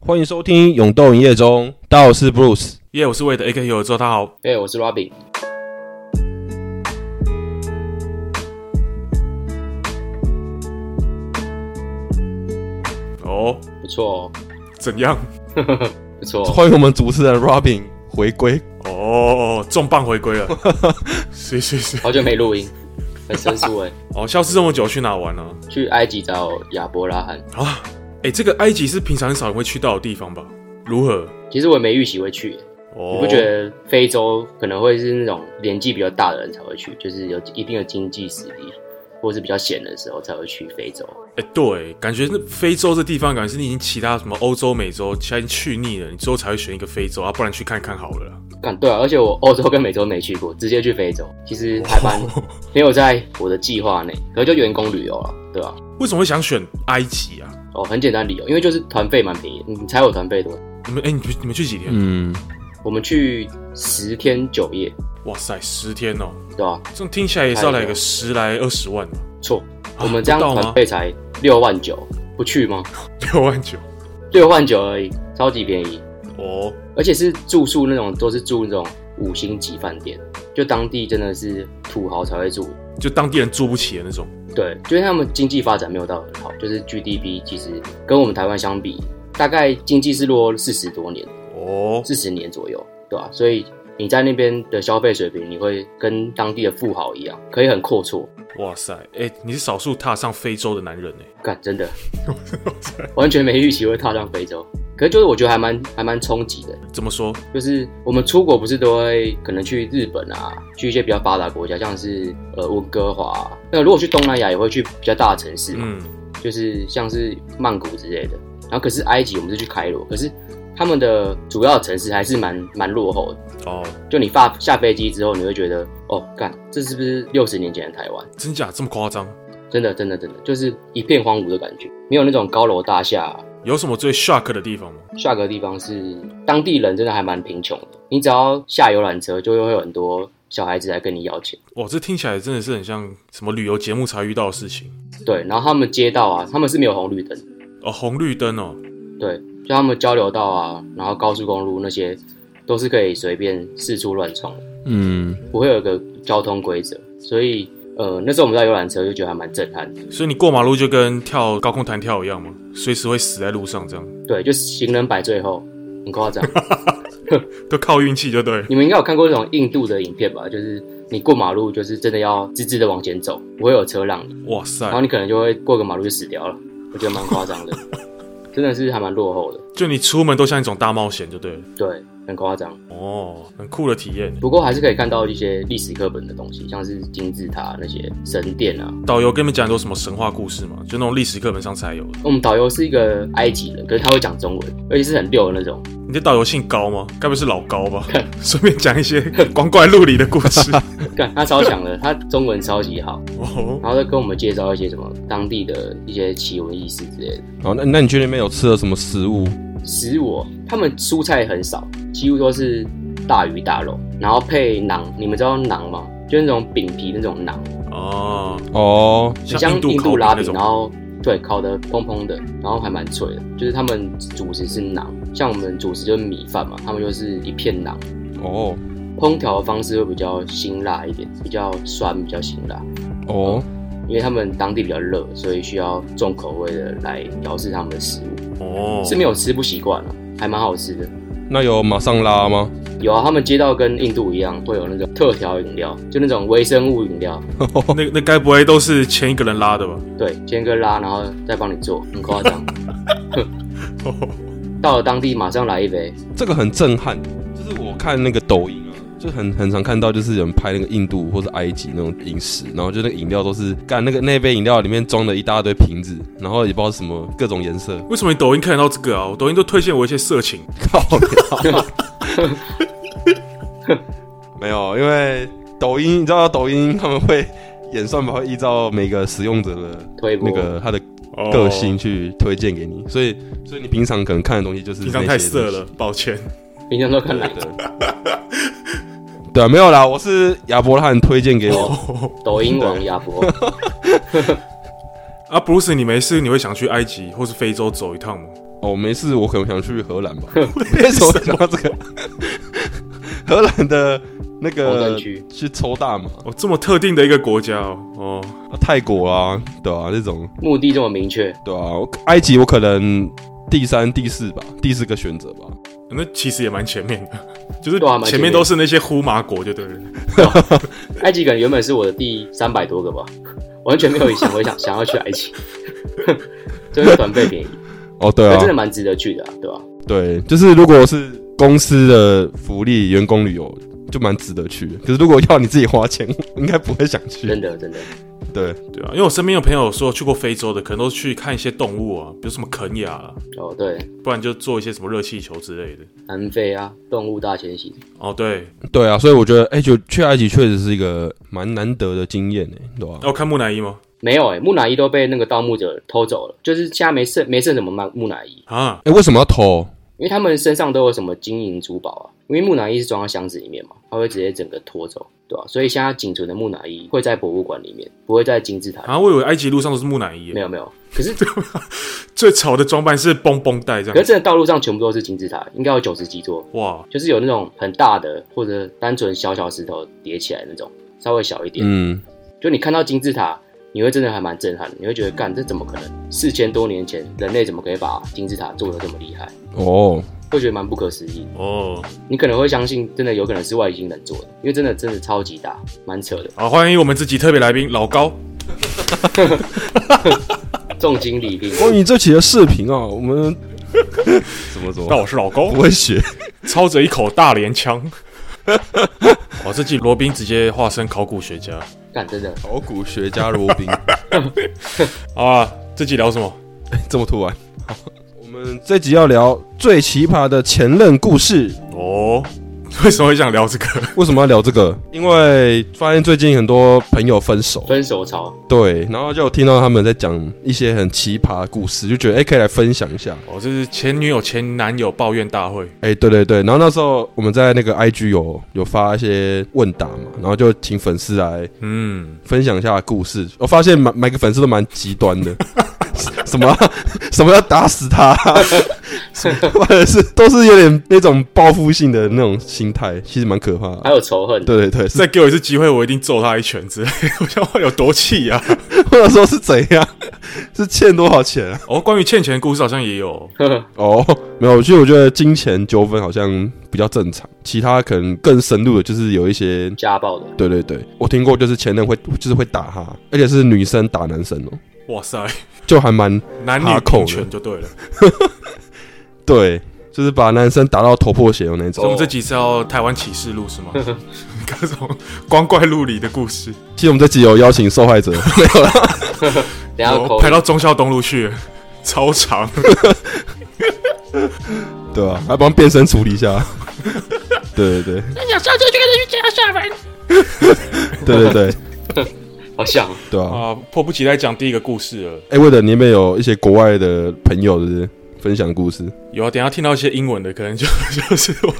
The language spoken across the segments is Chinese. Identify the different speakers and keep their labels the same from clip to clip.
Speaker 1: 欢迎收听《勇斗营业中》，大家好，我是 Bruce。
Speaker 2: 耶、我是魏德 AK 有周，大家好。
Speaker 3: 对，哎我是 Robin。
Speaker 2: 哦，
Speaker 3: 不错哦，
Speaker 2: 怎样？
Speaker 3: 不错哦。
Speaker 1: 欢迎我们主持人 Robin 回归。
Speaker 2: 哦，重磅回归了， 是是是。
Speaker 3: 好久没录音，很生疏哎。
Speaker 2: 哦，消失这么久，去哪玩呢、
Speaker 3: 去埃及找亚伯拉罕，
Speaker 2: 啊？啊，哎、这个埃及是平常很少人会去到的地方吧？如何？
Speaker 3: 其实我也没预习会去耶。
Speaker 2: 哦，
Speaker 3: 你不觉得非洲可能会是那种年纪比较大的人才会去，就是有一定的经济实力，或是比较闲的时候才会去非洲？
Speaker 2: 哎、对，感觉那非洲这地方，感觉是你已经其他什么欧洲、美洲，其他已经去腻了，你之后才会选一个非洲啊，不然去看看好了啦。
Speaker 3: 干对啊，而且我欧洲跟美洲没去过，直接去非洲，其实还蛮没有在我的计划内，可能就员工旅游了，对吧、
Speaker 2: 为什么会想选埃及啊？
Speaker 3: 哦，很简单理由，因为就是团费蛮便宜的，你猜我团费多少？
Speaker 2: 你们哎、你们你们去几天？
Speaker 1: 嗯，
Speaker 3: 我们去十天九夜，
Speaker 2: 哇塞，十天哦，
Speaker 3: 对吧、
Speaker 2: 这样听起来也是要来个十来二十万吧，
Speaker 3: 错，
Speaker 2: 啊
Speaker 3: 我们这样
Speaker 2: 不到吗
Speaker 3: 团费才六万九，不去吗？
Speaker 2: 六万九。
Speaker 3: 六万九而已，超级便宜，
Speaker 2: 哦，
Speaker 3: 而且是住宿那种，都是住那种五星级饭店，就当地真的是土豪才会住。
Speaker 2: 就当地人住不起的那种。
Speaker 3: 对，就是他们经济发展没有到很好，就是 GDP 其实跟我们台湾相比，大概经济是落四十多年，
Speaker 2: 哦，
Speaker 3: 四十年左右，对吧、所以你在那边的消费水平，你会跟当地的富豪一样，可以很阔绰。
Speaker 2: 哇塞，哎、你是少数踏上非洲的男人哎、
Speaker 3: 干，真的，完全没预期会踏上非洲。可是就是我觉得还蛮还蛮冲击的，
Speaker 2: 怎么说？
Speaker 3: 就是我们出国不是都会可能去日本啊，去一些比较发达国家，像是呃温哥华啊、那如果去东南亚也会去比较大的城市嘛，
Speaker 2: 嗯，
Speaker 3: 就是像是曼谷之类的。然后可是埃及我们是去开罗，可是他们的主要城市还是蛮蛮落后的。
Speaker 2: 哦，
Speaker 3: 就你发下飞机之后，你会觉得哦，干，这是不是六十年前的台湾？
Speaker 2: 真假这么夸张？
Speaker 3: 真的真的真的，就是一片荒芜的感觉，没有那种高楼大厦、啊
Speaker 2: 有什么最 shock 的地方吗？
Speaker 3: 下个地方是当地人真的还蛮贫穷的，你只要下游览车，就会有很多小孩子来跟你要钱。
Speaker 2: 哇，这听起来真的是很像什么旅游节目才遇到的事情
Speaker 3: 对，然后他们街道啊，他们是没有红绿灯，
Speaker 2: 哦，红绿灯哦，
Speaker 3: 对，就他们交流道啊，然后高速公路那些都是可以随便四处乱闯的，
Speaker 1: 嗯，
Speaker 3: 不会有一个交通规则。所以，呃，那时候我们在游览车就觉得还蛮震撼的。
Speaker 2: 所以你过马路就跟跳高空弹跳一样吗？随时会死在路上这样，
Speaker 3: 对，就行人摆最后，很夸张。
Speaker 2: 都靠运气就对了。
Speaker 3: 你们应该有看过那种印度的影片吧？就是你过马路，就是真的要直直的往前走，不会有车让你。
Speaker 2: 哇塞
Speaker 3: 然，后你可能就会过个马路就死掉了，我觉得蛮夸张的，真的是还蛮落后的，
Speaker 2: 就你出门都像一种大冒险就对了。
Speaker 3: 对，很夸张。
Speaker 2: 哦，很酷的体验。
Speaker 3: 不过还是可以看到一些历史课本的东西，像是金字塔那些神殿啊。
Speaker 2: 导游跟你们讲很多什么神话故事嘛，就那种历史课本上才有的。
Speaker 3: 我们导游是一个埃及人，可是他会讲中文，而且是很溜的那种。
Speaker 2: 你的导游姓高吗？该不会是老高 吧？顺便讲一些光怪陆离的故事。
Speaker 3: 干，他超强的，他中文超级好，
Speaker 2: 哦，
Speaker 3: 然后再跟我们介绍一些什么当地的一些奇闻异事之类的。
Speaker 1: 好，那那你去那边有吃了什么食物？
Speaker 3: 食物哦，他们蔬菜很少，几乎都是大鱼大肉，然后配馕。你们知道馕吗？就那种饼皮那种馕。
Speaker 2: 哦，
Speaker 1: 哦，
Speaker 3: 很像
Speaker 2: 印
Speaker 3: 印
Speaker 2: 度
Speaker 3: 度
Speaker 2: 拉
Speaker 3: 拉
Speaker 2: 饼那
Speaker 3: 饼，
Speaker 2: 种
Speaker 3: 然后对烤的蓬蓬的，然后还蛮脆的。就是他们主食是馕，像我们主食就是米饭嘛，他们就是一片馕。
Speaker 1: 哦，
Speaker 3: 烹调的方式会比较辛辣一点，比较酸，比较辛辣，
Speaker 1: 哦，
Speaker 3: 因为他们当地比较热，所以需要重口味的来调制他们的食物。
Speaker 2: 哦，
Speaker 3: 是没有吃不习惯了，还蛮好吃的。
Speaker 1: 那有马上拉吗？
Speaker 3: 有啊，他们街道跟印度一样，会有那种特调饮料，就那种微生物饮料，
Speaker 2: 那那该不会都是前一个人拉的吧？
Speaker 3: 对，先哥拉，然后再帮你做，很夸 张。到了当地马上来一杯，
Speaker 1: 这个很震撼，就是我看那个抖音啊，就很很常看到，就是有人拍那个印度或是埃及那种饮食，然后就那个饮料都是干那个那杯饮料里面装了一大堆瓶子，然后也不知道是什么各种颜色，
Speaker 2: 为什么你抖音看得到这个啊？我抖音都推荐我一些色情。
Speaker 1: 靠腰 没有，因为抖音你知道抖音他们会演算法会依照每个使用者的
Speaker 3: 推波
Speaker 1: 那个他的
Speaker 2: 哦
Speaker 1: 个性去推荐给你，所以所以你平常可能看的东西就是
Speaker 2: 平常
Speaker 1: 那
Speaker 2: 太
Speaker 1: 些
Speaker 2: 色
Speaker 1: 东
Speaker 2: 了，抱歉。
Speaker 3: 平常都看
Speaker 1: 西。
Speaker 3: 来
Speaker 1: 对对对啊，没有啦，我是亚伯拉罕推荐给
Speaker 3: 啊
Speaker 1: 我。
Speaker 2: 哦
Speaker 3: 抖音王亚伯，
Speaker 2: 啊，Bruce，你没事你会想去埃及或是非洲走一趟吗？
Speaker 1: 哦，没事，我可能想去荷兰 吧。为什么会讲到这个？荷兰的那
Speaker 3: 红灯
Speaker 1: 个
Speaker 3: 区
Speaker 1: 去抽大麻，
Speaker 2: 哦，这么特定的一个国家哦，哦，
Speaker 1: 啊泰国啊，对啊，这种
Speaker 3: 目的这么明确，
Speaker 1: 对啊，我埃及我可能第三、第四吧，第四个选择吧。
Speaker 2: 那其实也蛮前面的，就是
Speaker 3: 对啊蛮前面
Speaker 2: 前面都是那些呼麻国，就对了。
Speaker 3: 埃及可能原本是我的第三百多个吧，完全没有以前我想想要去埃 及，真是短费便宜，
Speaker 1: 哦， 对
Speaker 3: 但
Speaker 1: 啊
Speaker 3: 真，的蛮值得去的、啊，对吧、
Speaker 1: 对，就是如果是公司的福利、员工旅游，就蛮值得去的。可是如果要你自己花钱， 我应该不会想去。
Speaker 3: 真的真的，
Speaker 1: 对，
Speaker 2: 对啊，因为我身边有朋友说去过非洲的，可能都去看一些动物啊，比如什么肯雅啊，
Speaker 3: 哦对，
Speaker 2: 不然就做一些什么热气球之类的。
Speaker 3: 南非啊，动物大迁徙，
Speaker 2: 哦，对，
Speaker 1: 对啊，所以我觉得，哎、就去埃及确实是一个蛮难得的经验诶、欸对吧、
Speaker 2: 要哦看木乃伊吗？
Speaker 3: 没有哎、木乃伊都被那个盗墓者偷走了，就是现在没剩没剩什么木木乃伊，
Speaker 2: 啊，
Speaker 1: 哎、为什么要偷？
Speaker 3: 因为他们身上都有什么金银珠宝啊，因为木乃伊是装在箱子里面嘛，它会直接整个拖走，对啊吧、所以现在仅存的木乃伊会在博物馆里面，不会在金字塔里面。
Speaker 2: 啊，我以为埃及路上都是木乃伊耶，
Speaker 3: 没有没有，可是
Speaker 2: 最潮的装扮是蹦蹦带这
Speaker 3: 可是
Speaker 2: 样。
Speaker 3: 真的道路上全部都是金字塔，应该有九十几座，
Speaker 2: 哇，
Speaker 3: 就是有那种很大的或者单纯小小石头叠起来那种，稍微小一点。
Speaker 1: 嗯，
Speaker 3: 就你看到金字塔，你会真的还蛮震撼的，你会觉得干这怎么可能？四千多年前人类怎么可以把金字塔做的这么厉害？
Speaker 1: 哦，
Speaker 3: 会觉得蛮不可思议。
Speaker 2: 哦，
Speaker 3: 你可能会相信，真的有可能是外星人做的，因为真的真的超级大，蛮扯的。
Speaker 2: 好，欢迎我们自己特别来宾老高。
Speaker 3: 重金礼聘，
Speaker 1: 关于这期的视频啊，我 们怎么怎
Speaker 2: 那
Speaker 1: 么
Speaker 2: 我是老高
Speaker 1: 不，会学？
Speaker 2: 操着一口大连 腔。哇，这季罗宾直接化身考古学家。
Speaker 3: 干真的
Speaker 1: 考古学家罗宾，
Speaker 2: 好啊，这季聊什么？
Speaker 1: 这么突然。我们这集要聊最奇葩的前任故事，
Speaker 2: 哦， 为什么会想聊这个？
Speaker 1: 为什么要聊这个？因为发现最近很多朋友分手，
Speaker 3: 分手潮，
Speaker 1: 对，然后就有听到他们在讲一些很奇葩的故事，就觉得哎、可以来分享一下。
Speaker 2: 哦，这是前女友、前男友抱怨大会。
Speaker 1: 哎、对对对，然后那时候我们在那个 IG 有有发一些问答嘛，然后就请粉丝来
Speaker 2: 嗯，
Speaker 1: 分享一下故事。我发现每每个粉丝都蛮极端的， 什么什么要打死他，或者是都是有点那种报复性的那种心态，其实蛮可怕的。
Speaker 3: 还有仇恨，
Speaker 1: 对对对，是
Speaker 2: 再给我一次机会，我一定揍他一拳之类 的。我想我有多气呀、啊！
Speaker 1: 或者说是怎样， 是欠多少钱啊？
Speaker 2: 哦，关于欠钱的故事好像也有。
Speaker 3: 呵呵，
Speaker 1: 哦，没有，其实我觉得金钱纠纷好像比较正常，其他可能更深入的就是有一些。
Speaker 3: 家暴的，
Speaker 1: 对对对，我听过，就是前任会就是会打他，而且是女生打男生哦、
Speaker 2: 哇塞，
Speaker 1: 就还蛮
Speaker 2: 男女
Speaker 1: 哈扣
Speaker 2: 平
Speaker 1: 了
Speaker 2: 权就对了。
Speaker 1: 对，就是把男生打到头破血流那
Speaker 2: 所以
Speaker 1: 种
Speaker 2: 我们。这集是要台湾启示录 是吗？各种光怪陆离的故事，
Speaker 1: 其实我们这集有邀请受害者，
Speaker 3: 等一下
Speaker 2: 我
Speaker 3: 口
Speaker 2: 排哦到忠孝东路去了，超 长。
Speaker 1: 对吧、还帮变身处理一下。 对对
Speaker 4: 你想上车就跟他去见他下门。
Speaker 1: 对对对对
Speaker 3: 好像
Speaker 1: 对啊！
Speaker 2: 啊，迫不及待讲第一个故事了。
Speaker 1: 哎、为了你有没有一些国外的朋友是不是分享故事？
Speaker 2: 有啊，等一下听到一些英文的，可能就 就是我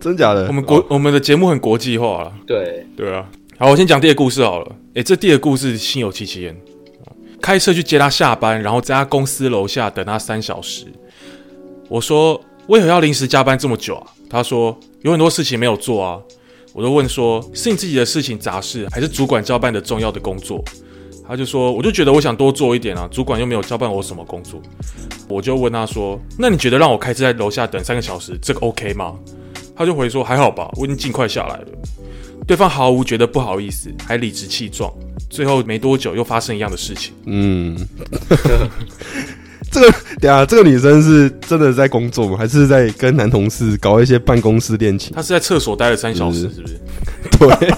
Speaker 1: 真假的？哦
Speaker 2: 我们国、我们的节目很国际化了。
Speaker 3: 对，
Speaker 2: 对啊，好，我先讲第二个故事好了。诶，这第二个故事心有戚戚焉。开车去接他下班，然后在他公司楼下等他三小时。我说为何要临时加班这么久啊？他说有很多事情没有做啊。我就问说是你自己的事情杂事，还是主管交办的重要的工作？他就说我就觉得我想多做一点啊，主管又没有交办我什么工作。我就问他说那你觉得让我开车在楼下等三个小时，这个 OK 吗？他就回说还好吧，我已经尽快下来了。对方毫无觉得不好意思，还理直气壮。最后没多久又发生一样的事情。
Speaker 1: 嗯， 这个等一下，这个女生是真的在工作吗？还是在跟男同事搞一些办公室恋情？
Speaker 2: 他是在厕所待了三小时，
Speaker 1: 是
Speaker 2: 是不是？
Speaker 1: 对，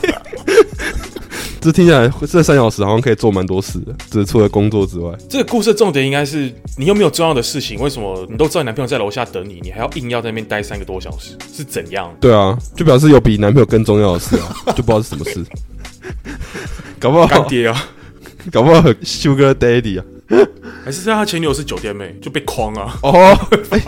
Speaker 1: 这听起来这三小时好像可以做蛮多事的，只是除了工作之外。
Speaker 2: 这个故事的重点应该是你有没有重要的事情？为什么你都知道你男朋友在楼下等你，你还要硬要在那边待三个多小时？是怎样？
Speaker 1: 对啊，就表示有比男朋友更重要的事啊， 就不知道是什么事。搞不
Speaker 2: 干
Speaker 1: 好，
Speaker 2: 爹啊？
Speaker 1: 搞不好 Sugar Daddy 啊，
Speaker 2: 还是在他前女友是酒店妹就被框啊？
Speaker 1: 哦，哎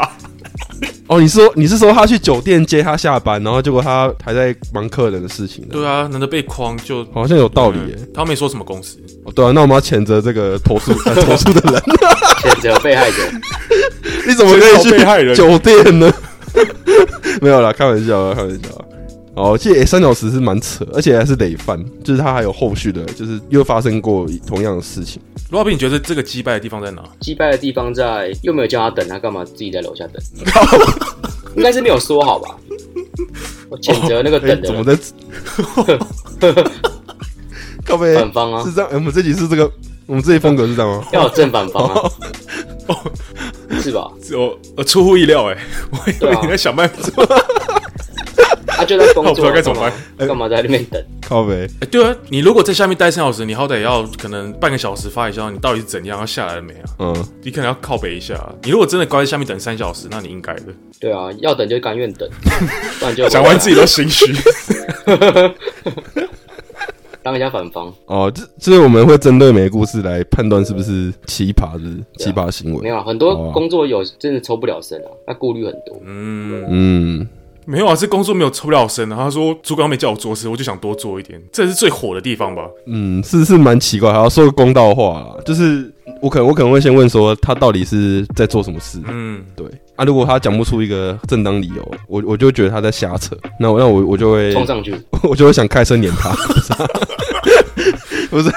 Speaker 1: 哦，你说你是说他去酒店接他下班，然后结果他还在忙客人的事情？
Speaker 2: 对，啊，难得被框 就
Speaker 1: 好像有道理耶。
Speaker 2: 他没说什么公司，
Speaker 1: 哦对啊，那我们要谴责这个投诉、 呃、投诉的人，
Speaker 3: 谴责被害者，
Speaker 1: 你怎么可以
Speaker 2: 这是被害人
Speaker 1: 去酒店呢？ 没有啦，开玩笑啊，开玩笑啊。哦，其实、欸三角石是蛮扯，而且还是累犯，就是他还有后续的，就是又发生过同样的事情。
Speaker 2: 罗宾，你觉得这个击败的地方在哪？
Speaker 3: 击败的地方在又没有叫他等，他干嘛自己在 楼下等？应该是没有说好吧？我谴责那个
Speaker 2: 哦
Speaker 1: 哎、
Speaker 3: 等的
Speaker 1: 怎么
Speaker 3: 人，
Speaker 1: 在？靠背
Speaker 3: 反方啊
Speaker 1: 是这样。欸我们这集是这个，我们这集风格是这样哦吗？
Speaker 3: 要有正反方啊，
Speaker 2: 哦
Speaker 3: 是吧？
Speaker 2: 我呃出乎意料哎、 我以
Speaker 3: 对
Speaker 2: 为
Speaker 3: 啊
Speaker 2: 你在想办法。
Speaker 3: 他就在 工
Speaker 2: 哦那我不知
Speaker 3: 作
Speaker 2: 道
Speaker 3: 啊，
Speaker 2: 该怎么
Speaker 3: 干嘛干嘛在那边等？
Speaker 1: 靠背，
Speaker 2: 哎、对啊，你如果在下面待三小时，你好歹要可能半个小时发一下，你到底是怎样要下来了没啊？
Speaker 1: 嗯，
Speaker 2: 你可能要靠北一下。啊你如果真的关在下面等三小时，那你应该的。
Speaker 3: 对啊，要等就甘愿等，不然 就
Speaker 2: 讲完自己都心虚。
Speaker 3: 当一下反方。
Speaker 1: 哦，这就是我们会针对每个故事来判断是不是奇葩的奇葩行
Speaker 3: 没
Speaker 1: 为。
Speaker 3: 有啊，很
Speaker 1: 哦
Speaker 3: 多工作有真的抽不了身啊，那顾虑很多。
Speaker 2: 嗯，
Speaker 1: 嗯，
Speaker 2: 没有啊，这工作没有抽不了身啊。他说主管没叫我做事，我就想多做一点，这是最火的地方吧？
Speaker 1: 嗯，是是蛮奇怪，还要说个公道话啦，就是我可能我可能会先问说他到底是在做什么事，
Speaker 2: 嗯，
Speaker 1: 对啊，如果他讲不出一个正当理由，我我就觉得他在瞎扯，那我那我我就会
Speaker 3: 冲上去，
Speaker 1: 我就会想开车碾他， 不是啊不是，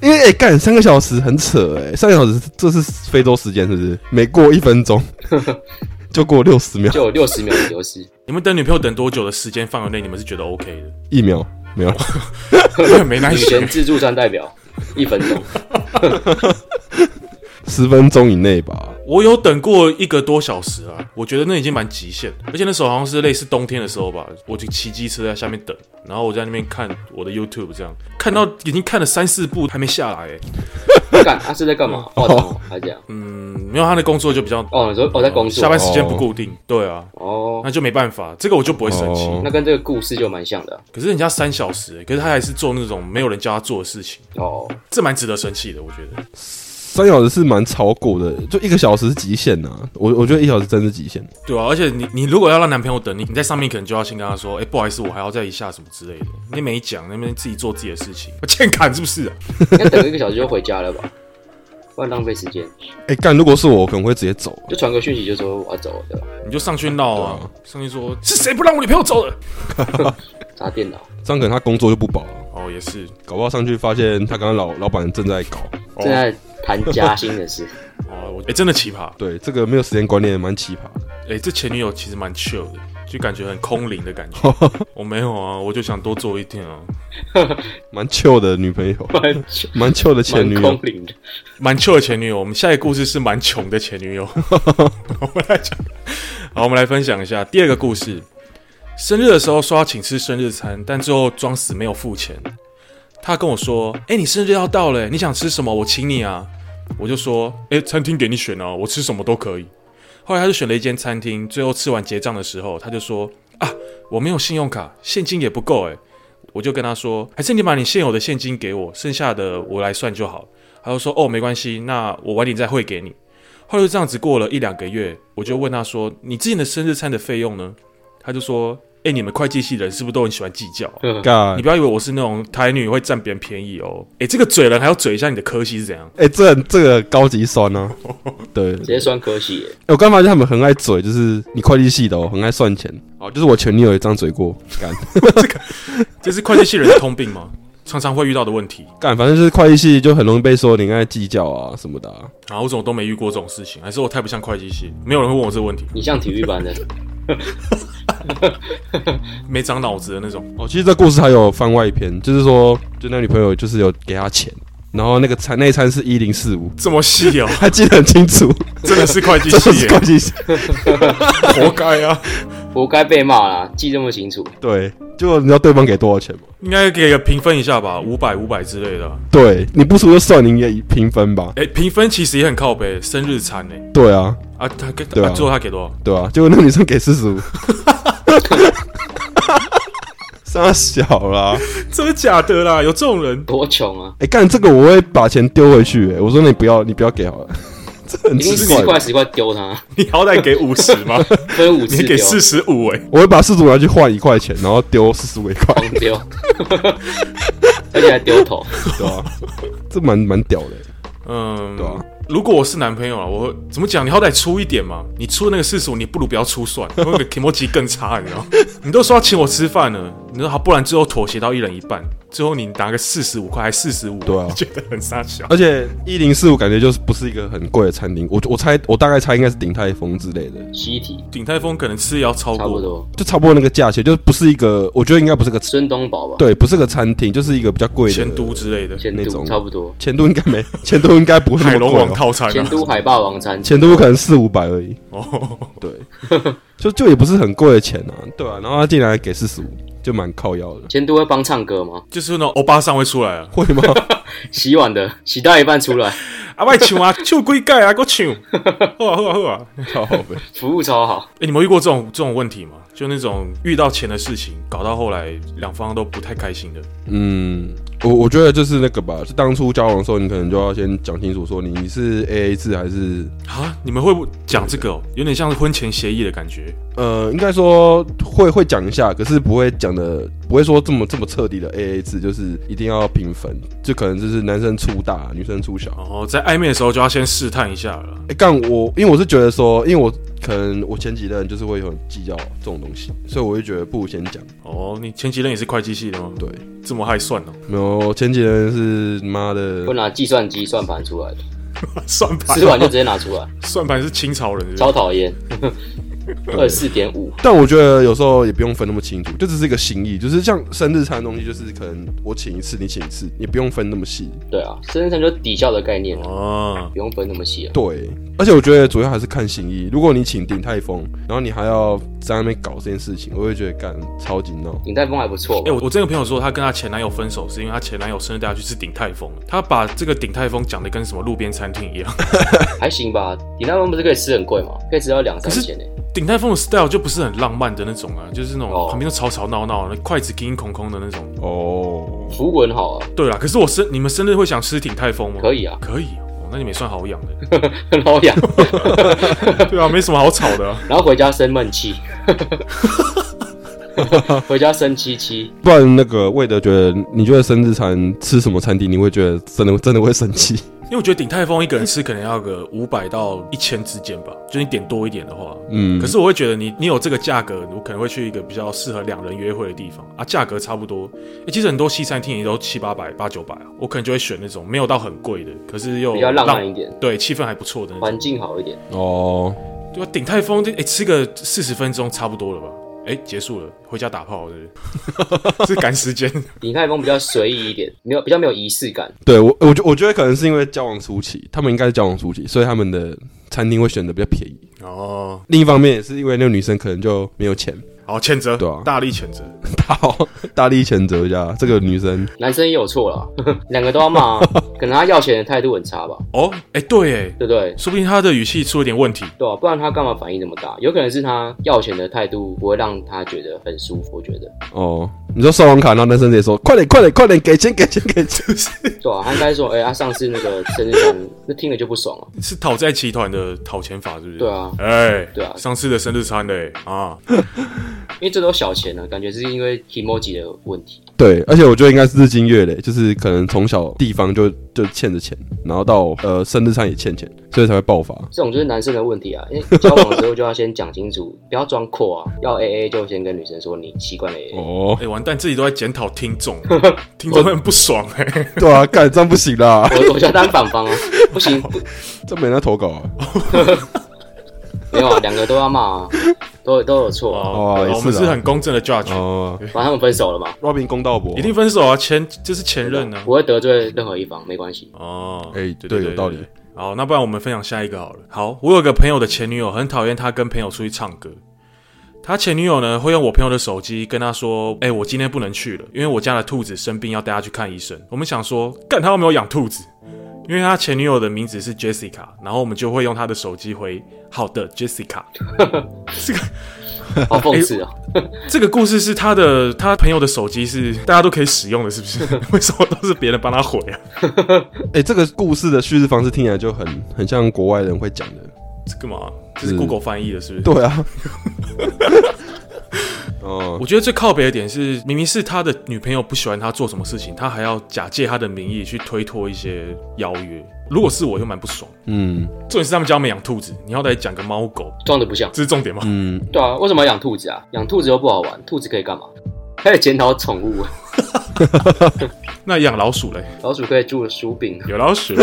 Speaker 1: 因为哎干、三个小时很扯哎、三个小时这是非洲时间是不是？每过一分 钟就过六十秒，
Speaker 3: 就有六十秒的流失，
Speaker 2: 你们等女朋友等多久的时间范围内，你们是觉得 OK
Speaker 1: 一秒没有了，
Speaker 2: 的？没耐
Speaker 3: 女
Speaker 2: 心
Speaker 3: 权。自助餐代表一分钟，
Speaker 1: 十分钟以内吧。
Speaker 2: 我有等过一个多小时啊，我觉得那已经蛮极限的，而且那时候好像是类似冬天的时候吧，我就骑机车在下面等，然后我在那边看我的 YouTube，这样看到已经看了三四部还没下来、欸，
Speaker 3: 干他是在干嘛？化妆哦还是这样？
Speaker 2: 嗯，没有他的工作就比较
Speaker 3: 哦，你说我在工作
Speaker 2: 下班时间不固定，对啊，
Speaker 3: 哦
Speaker 2: 那，就没办法，这个我就不会生气。
Speaker 1: 哦
Speaker 3: 那跟这个故事就蛮像的啊
Speaker 2: 可是人家三小时、欸可是他还是做那种没有人叫他做的事情，
Speaker 3: 哦。
Speaker 2: 这蛮值得生气的，我觉得。
Speaker 1: 三小时是蛮超过的，就一个小时是极限呐、我我觉得一小时真是极限。
Speaker 2: 对啊，而且你你如果要让男朋友等你，你在上面可能就要先跟他说，哎、不好意思，我还要再一下什么之类的。你没讲，那边自己做自己的事情，欠砍是不是啊？
Speaker 3: 应该等一个小时就回家了吧？ 不然浪费时间，
Speaker 1: 哎、干，如果是我，我可能会直接走。
Speaker 3: 就传个讯息就说我要走了，对吧？
Speaker 2: 你就上去闹啊，上去说是谁不让我女朋友走的？
Speaker 3: 砸电脑，
Speaker 1: 这样可能他工作就不保了，
Speaker 2: 哦，也是，
Speaker 1: 搞不好上去发现他刚刚老老板正在搞。
Speaker 2: 哦
Speaker 3: 正，在谈加薪的事，
Speaker 2: 哦，我哎、真的奇葩，
Speaker 1: 对，这个没有时间观念蛮奇葩的。
Speaker 2: 哎、这前女友其实蛮 chill 的，就感觉很空灵的感觉。
Speaker 1: 哈哈
Speaker 2: 我没有啊，我就想多做一点啊，
Speaker 1: 蛮 chill 的女朋友，
Speaker 3: 蛮
Speaker 1: 蛮 chill 的前女
Speaker 3: 蛮空
Speaker 1: 友。
Speaker 3: 灵的。
Speaker 2: 蛮 chill 的前女友。我们下一个故事是蛮穷的前女友， 我们来讲，好，我们来分享一下第二个故事。生日的时候说要请吃生日餐，但最后装死没有付钱。他跟我说：“哎、你生日要到了、你想吃什么？我请你啊。”我就说：“哎、餐厅给你选哦、我吃什么都可以。”后来他就选了一间餐厅，最后吃完结账的时候，他就说：“啊，我没有信用卡，现金也不够。”哎，我就跟他说：“还是你把你现有的现金给我，剩下的我来算就好。”他就说：“哦，没关系，那我晚点再汇给你。”后来就这样子过了一两个月，我就问他说：“你之前的生日餐的费用呢？”他就说：“哎、你们会计系人是不是都很喜欢计较啊、
Speaker 1: 干
Speaker 2: 你，不要以为我是那种台女会占别人便宜哦。哎、这个嘴人还要嘴一下你的科系是怎样？
Speaker 1: 哎、这这个高级酸 啊。对，
Speaker 3: 直接酸科系耶，
Speaker 1: 哎我刚发现他们很爱嘴，就是你会计系的哦，很爱算钱。哦，就是我前女友也这样嘴过。干
Speaker 2: 这是会计系人的通病吗？常常会遇到的问题
Speaker 1: 干，反正就是会计系就很容易被说你爱计较啊什么的、啊。
Speaker 2: 啊！我怎么都没遇过这种事情？还是我太不像会计系？没有人会问我这个问题，
Speaker 3: 你像体育班的，
Speaker 2: 没长脑子的那种。
Speaker 1: 哦，其实这故事还有番外篇，就是说，就那女朋友就是有给他钱，然后那个餐那一餐是一零四五，
Speaker 2: 这么细哦，
Speaker 1: 还记得很清楚，
Speaker 2: 真的是会计
Speaker 1: 这就
Speaker 2: 系
Speaker 1: 是
Speaker 2: 耶
Speaker 1: 会，计系。
Speaker 2: 活该啊！
Speaker 3: 活该被骂啦，记这么清楚，
Speaker 1: 对，就你知道对方给多少钱吗？
Speaker 2: 应该给个评分一下吧，五百五百之类的啊。
Speaker 1: 对，你不输就算，你也平分吧。
Speaker 2: 哎、评分其实也很靠北，生日餐呢、
Speaker 1: 对啊，
Speaker 2: 啊，他给、
Speaker 1: 对啊
Speaker 2: 啊最后他给多少？
Speaker 1: 对啊，结果那女生给四十五，傻小啦！
Speaker 2: 真的假的啦？有这种人？
Speaker 3: 多穷啊！
Speaker 1: 哎、干这个我会把钱丢回去、欸。我说你不要，你不要给好了。这很
Speaker 3: 一定
Speaker 1: 奇
Speaker 3: 十
Speaker 1: 怪
Speaker 3: 块。十块丢他，
Speaker 2: 你好歹给五十吗？
Speaker 3: 分五次
Speaker 2: 你给
Speaker 3: 丢，
Speaker 2: 四十五哎，
Speaker 1: 我会把四十五拿去换一块钱，然后丢四十五一块，
Speaker 3: 狂丢，而且还丢头。
Speaker 1: 对吧、这蛮蛮屌的，
Speaker 2: 嗯，
Speaker 1: 对啊
Speaker 2: 如果我是男朋友啊，我会怎么讲？你好歹出一点嘛，你出那个四十五，你不如不要出算，那个 k i m o j i 更差，你知道吗？你都说要请我吃饭了，你说好，不然最后妥协到一人一半，最后你拿个四十五块，还四十五，
Speaker 1: 对啊
Speaker 2: 你觉得很傻小。
Speaker 1: 而且一零四五感觉就是不是一个很贵的餐厅，我我猜我大概猜应该是鼎泰丰之类的，
Speaker 3: 西体
Speaker 2: 鼎泰丰可能吃也要超
Speaker 3: 差不
Speaker 2: 过，
Speaker 3: 多，
Speaker 1: 就差不多那个价钱，就是不是一个，我觉得应该不是个，
Speaker 3: 孙东宝吧，
Speaker 1: 对，不是个餐厅，就是一个比较贵的。
Speaker 2: 前都之类的，
Speaker 3: 前
Speaker 1: 那
Speaker 3: 都
Speaker 1: 种
Speaker 3: 差不多，
Speaker 1: 前都应该没，前都应该不会
Speaker 2: 海
Speaker 1: 那么
Speaker 2: 龙
Speaker 1: 贵、
Speaker 2: 王
Speaker 1: 哦，
Speaker 2: 套餐
Speaker 3: 前
Speaker 2: 啊，
Speaker 3: 都海霸王餐，
Speaker 1: 前都可能四五百而已，
Speaker 2: 哦，
Speaker 1: 对，就就也不是很贵的钱啊，对啊，然后他竟然还给四十五，就蛮靠腰的，
Speaker 3: 前都会帮唱歌吗？
Speaker 2: 就是那种欧巴桑会出来啊，
Speaker 1: 会吗？
Speaker 3: 洗碗的洗到一半出来，
Speaker 2: 啊，外抢 啊，抢龟盖啊，给我抢，好啊好啊好啊。
Speaker 1: 好呗，
Speaker 3: 服务超好，
Speaker 2: 哎、你们遇过这种这种问题吗？就那种遇到钱的事情，搞到后来两方都不太开心的。
Speaker 1: 嗯，我我觉得就是那个吧，就当初交往的时候，你可能就要先讲清楚，说你你是 A A 制还是
Speaker 2: 啊，你们会不讲这个、哦？有点像是婚前协议的感觉。
Speaker 1: 呃，应该说会会讲一下，可是不会讲的，不会说这么这么彻底的 A A 制，就是一定要平分，就可能就是男生出大，女生出小。
Speaker 2: 然后哦在暧昧的时候就要先试探一下了。
Speaker 1: 哎、干我，因为我是觉得说，因为我可能我前几任就是会很计较这种东西，所以我就觉得不如先讲。
Speaker 2: 哦，你前几任也是会计系的吗？
Speaker 1: 对，
Speaker 2: 这么还算哦？
Speaker 1: 没有前几任是妈的
Speaker 3: 我，拿计算机算盘出来的，
Speaker 2: 算盘，
Speaker 3: 吃完就直接拿出来，
Speaker 2: 算盘是清朝人是不是
Speaker 3: 超讨厌，二四点五，
Speaker 1: 但我觉得有时候也不用分那么清楚，就只是一个心意，就是像生日餐的东西，就是可能我请一次，你请一次，也不用分那么细。
Speaker 3: 对啊，身上就抵消的概念啊，
Speaker 2: 哦，
Speaker 3: 不用分那么细啊。
Speaker 1: 对，而且我觉得主要还是看心意。如果你请鼎泰丰，然后你还要在那边搞这件事情，我会觉得干超级闹。
Speaker 3: 鼎泰丰还不错
Speaker 2: 哎、，我我这个朋友说，她跟她前男友分手是因为她前男友生日带她去吃鼎泰丰，她把这个鼎泰丰讲的跟什么路边餐厅一样。
Speaker 3: 还行吧。鼎泰丰不是可以吃很贵吗？可以吃到两三
Speaker 2: 可是
Speaker 3: 千呢。
Speaker 2: 鼎泰丰的 style 就不是很浪漫的那种啊，就是那种
Speaker 3: 哦
Speaker 2: 旁边都吵吵闹闹，那筷子叮叮空空的那种。
Speaker 1: 哦，
Speaker 3: 服务很好啊，
Speaker 2: 对啦，可是我生你们生日会想吃鼎泰丰吗？
Speaker 3: 可以啊，
Speaker 2: 可以哦，那你们也算好养的。
Speaker 3: 很好养。
Speaker 2: 对啊，没什么好吵的、
Speaker 3: 然后回家生闷气，回家生七七，
Speaker 1: 不然那个魏德觉得，你觉得生日餐吃什么餐厅，你会觉得真的真的会生气？
Speaker 2: 因为我觉得鼎泰丰一个人吃可能要个五百到一千之间吧，就你点多一点的话。
Speaker 1: 嗯，
Speaker 2: 可是我会觉得你你有这个价格，我可能会去一个比较适合两人约会的地方啊，价格差不多。诶其实很多西餐厅也都七八百、八九百啊，我可能就会选那种没有到很贵的，可是又
Speaker 3: 比较浪漫一点，
Speaker 2: 对气氛还不错的那种。
Speaker 3: 环境好一点。
Speaker 1: 哦，
Speaker 2: 对啊，鼎泰丰这哎吃个四十分钟差不多了吧？哎，结束了，回家打炮是不 是？是赶时间。
Speaker 3: 鼎泰丰比较随意一点，没有比较没有仪式感，
Speaker 1: 对我我觉我觉得可能是因为交往初期，他们应该是交往初期，所以他们的餐厅会选的比较便宜。
Speaker 2: 哦，
Speaker 1: 另一方面也是因为那个女生可能就没有钱，
Speaker 2: 好谴责，
Speaker 1: 对啊
Speaker 2: 大力谴责。
Speaker 1: 好大力谴责一下这个女生。
Speaker 3: 男生也有错啦， 两个都要骂、啊，可能他要钱的态度很差吧，
Speaker 2: 哦，哎，对，哎，
Speaker 3: 对不对？
Speaker 2: 说不定他的语气出了点问题。
Speaker 3: 对啊，不然他干嘛反应这么大？有可能是他要钱的态度不会让他觉得很舒服，我觉得，
Speaker 1: 哦，你说刷完卡，然后男生直接说：“快点，快点，快点，给钱，给钱，给钱。”
Speaker 3: 对啊，他应该说，哎、他上次那个生日餐，那听了就不爽啊了、
Speaker 2: 是讨债集团的讨钱法，是不是？
Speaker 3: 对啊
Speaker 2: 哎，
Speaker 3: 对啊
Speaker 2: 上次的生日餐嘞 啊，
Speaker 3: 因为这都小钱呢、啊，感觉是因为 emoji 的问题，
Speaker 1: 对，而且我觉得应该是日积月累，就是可能从小地方就就欠着钱，然后到呃生日餐也欠钱，所以才会爆发。
Speaker 3: 这种就是男生的问题啊。因为交往的时候就要先讲清楚，不要装阔啊，要 A A 就先跟女生说你习惯了 A A，、
Speaker 1: 哦
Speaker 2: 哎、，完蛋，自己都在检讨听 众，听众会很不爽哎、
Speaker 1: 对啊，干这样不行啦，
Speaker 3: 我我就要当反方啊，不行，不
Speaker 1: 这没人在投稿啊。
Speaker 3: 没有啊，两个都要骂啊，都都有错啊，
Speaker 2: 哦，
Speaker 1: 也是啊
Speaker 2: 我们是很公正的 judge，、
Speaker 1: 哦
Speaker 3: 反正他们分手了嘛，
Speaker 1: ，Robin 公道 博，
Speaker 2: 一定分手啊，前这是前任呢、啊
Speaker 3: 不。会得罪任何一方，没关系。
Speaker 2: 哦，
Speaker 1: 哎
Speaker 2: 对
Speaker 1: 对有道理。
Speaker 2: 好，那不然我们分享下一个好了。好，我有个朋友的前女友很讨厌他跟朋友出去唱歌。他前女友呢会用我朋友的手机跟他说：“哎、我今天不能去了，因为我家的兔子生病，要带他去看医生。”我们想说，干他又没有养兔子，因为他前女友的名字是 Jessica，然后我们就会用他的手机回：“好的，Jessica。”这个
Speaker 3: 好讽刺哦！
Speaker 2: 这个故事是他的他朋友的手机是大家都可以使用的，是不是？ 为什么都是别人帮他毁啊？
Speaker 1: 哎、这个故事的叙事方式听起来就很很像国外人会讲的。
Speaker 2: 这干嘛？这是
Speaker 1: 是
Speaker 2: Google 翻译的，是不是？
Speaker 1: 对 啊。哦，
Speaker 2: 我觉得最靠北的点是，明明是他的女朋友不喜欢他做什么事情，他还要假借他的名义去推脱一些邀约。如果是我，就蛮不爽。
Speaker 1: 嗯
Speaker 2: 重点是他们家没养兔子，你要来讲个猫狗，
Speaker 3: 装的不像。
Speaker 2: 这是重点吗？
Speaker 1: 嗯，
Speaker 3: 对啊，为什么要养兔子啊？养兔子又不好玩，兔子可以干嘛？还有检讨宠物，
Speaker 2: 那养老鼠嘞？
Speaker 3: 老鼠可以住薯饼。
Speaker 2: 有老鼠。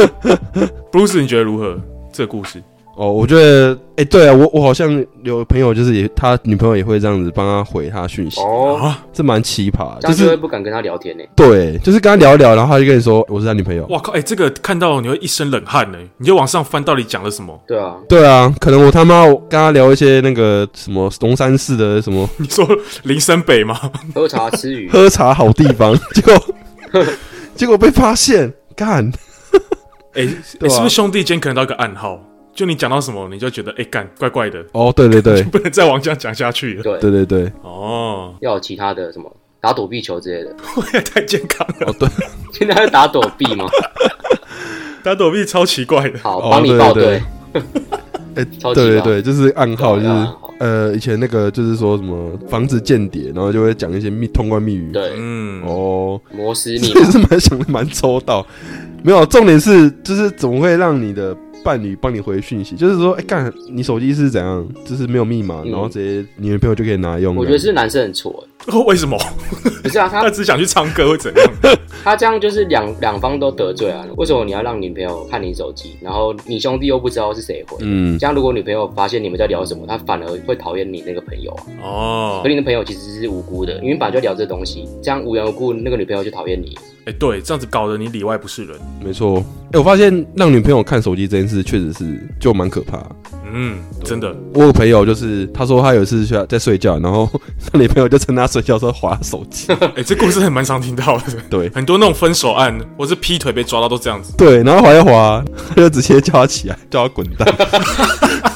Speaker 2: Bruce，你觉得如何？这个故事
Speaker 1: 哦，我觉得，哎、对啊，我我好像有朋友，就是也他女朋友也会这样子帮他回他讯息，
Speaker 3: 哦，
Speaker 2: 啊，
Speaker 1: 这蛮奇葩的，就
Speaker 3: 这样就会
Speaker 1: 是
Speaker 3: 不敢跟他聊天呢、
Speaker 1: 对，就是跟他聊一聊，然后他就跟你说我是他女朋友，
Speaker 2: 哇靠！哎、这个看到你会一身冷汗呢，你就往上翻，到底讲了什么？
Speaker 3: 对啊，
Speaker 1: 对啊，可能我他妈我跟他聊一些那个什么龙山寺的什么
Speaker 2: 你说林森北吗？
Speaker 3: 喝茶 吃鱼，
Speaker 1: 喝茶好地方，结果 结果被发现，干，
Speaker 2: 哎、
Speaker 1: 对啊
Speaker 2: 哎是不是兄弟间可能到一个暗号？就你讲到什么，你就觉得哎干、怪怪的，
Speaker 1: 哦，对对 对
Speaker 2: 不能再往这样讲下去了。
Speaker 3: 对，
Speaker 1: 对对对，
Speaker 2: 哦，
Speaker 3: 要有其他的什么打躲避球之类的。
Speaker 2: 我也 太健康了，
Speaker 1: 哦对，
Speaker 3: 现在是打躲避吗？
Speaker 2: 打躲避超奇怪的。
Speaker 3: 好，
Speaker 1: 哦
Speaker 3: 帮你报
Speaker 1: 对对
Speaker 3: 队。
Speaker 1: 哎、
Speaker 3: 超级
Speaker 1: 对对
Speaker 3: 棒
Speaker 1: 对，就是暗号，就
Speaker 3: 对
Speaker 1: 是
Speaker 3: 暗号
Speaker 1: 呃，以前那个就是说什么防止间谍，然后就会讲一些密通关密语，
Speaker 3: 对，
Speaker 2: 嗯，
Speaker 1: 哦。
Speaker 3: 摩斯密
Speaker 1: 这也
Speaker 3: 码
Speaker 1: 是蛮想的，蛮周到。没有，重点是就是怎么会让你的伴侣帮你回讯息？就是说，哎、干，你手机是怎样？就是没有密码，
Speaker 3: 嗯
Speaker 1: 然后直接你女朋友就可以拿来用。
Speaker 3: 我觉得是男生很挫、
Speaker 2: 哦 为什么？
Speaker 3: 欸，不是啊，他
Speaker 2: 他只想去唱歌会怎样？
Speaker 3: 他这样就是两两方都得罪啊。为什么你要让女朋友看你手机，然后你兄弟又不知道是谁回？
Speaker 1: 嗯，
Speaker 3: 这样如果女朋友发现你们在聊什么，她反而会讨厌你那个朋友啊。
Speaker 2: 哦
Speaker 3: 可，你的朋友其实是无辜的，因为本来就聊这东西，这样无缘无故那个女朋友就 讨厌你。
Speaker 2: 哎、对，这样子搞得你里外不是人。
Speaker 1: 没错。哎、我发现让女朋友看手机这件事，确实是就蛮可怕。
Speaker 2: 嗯，真的，
Speaker 1: 我有朋友就是，他说他有一次去在睡觉，然后 他女朋友就趁他睡觉的时候划手机。
Speaker 2: 哎、这故事很蛮常听到的。
Speaker 1: 对
Speaker 2: 很多那种分手案或是劈腿被抓到都这样子。
Speaker 1: 对，然后划一划，他就直接叫他起来，叫他滚蛋。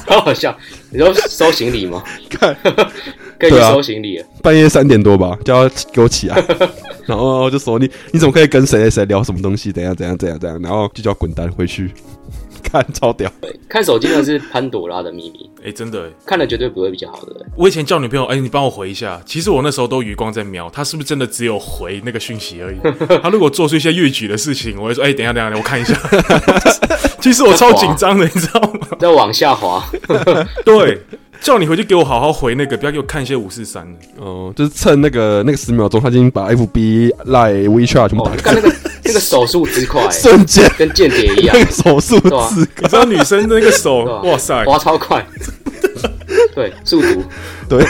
Speaker 3: 好好笑，你说收行李吗？
Speaker 1: 看，
Speaker 3: 可以去
Speaker 1: 对啊
Speaker 3: 收行李了。
Speaker 1: 半夜三点多吧，叫他给我起来， 然后就说你你怎么可以跟谁谁谁聊什么东西，怎样怎样怎样怎样，然后就叫滚蛋回去， 看超屌，
Speaker 3: 对，看手机真的是潘朵拉的秘密，
Speaker 2: 哎、真的、哎
Speaker 3: 看了绝对不会比较好的。
Speaker 2: 我以前叫女朋友，哎、你帮我回一下。其实我那时候都余光在瞄，她是不是真的只有回那个讯息而已？她如果做出一些越矩的事情，我会说，哎、等一下，等一下，等一下我看一下。其实我超紧张的，你知道吗？
Speaker 3: 再往下滑，
Speaker 2: 对，叫你回去给我好好回那个，不要给我看一些五 四三的。
Speaker 1: 哦、就是趁那个那个十秒钟，他已经把 FB、Line、WeChat 全部
Speaker 3: 哦
Speaker 1: 打，开，
Speaker 3: 看那个那个手速之快、
Speaker 1: 瞬间
Speaker 3: 跟间谍一样
Speaker 1: 那，个手速
Speaker 3: 对啊
Speaker 1: 字，
Speaker 2: 你知道女生的那个手
Speaker 3: 对吧，？
Speaker 1: 啊
Speaker 2: 哇塞，
Speaker 3: 滑超快，对，速度
Speaker 1: 对，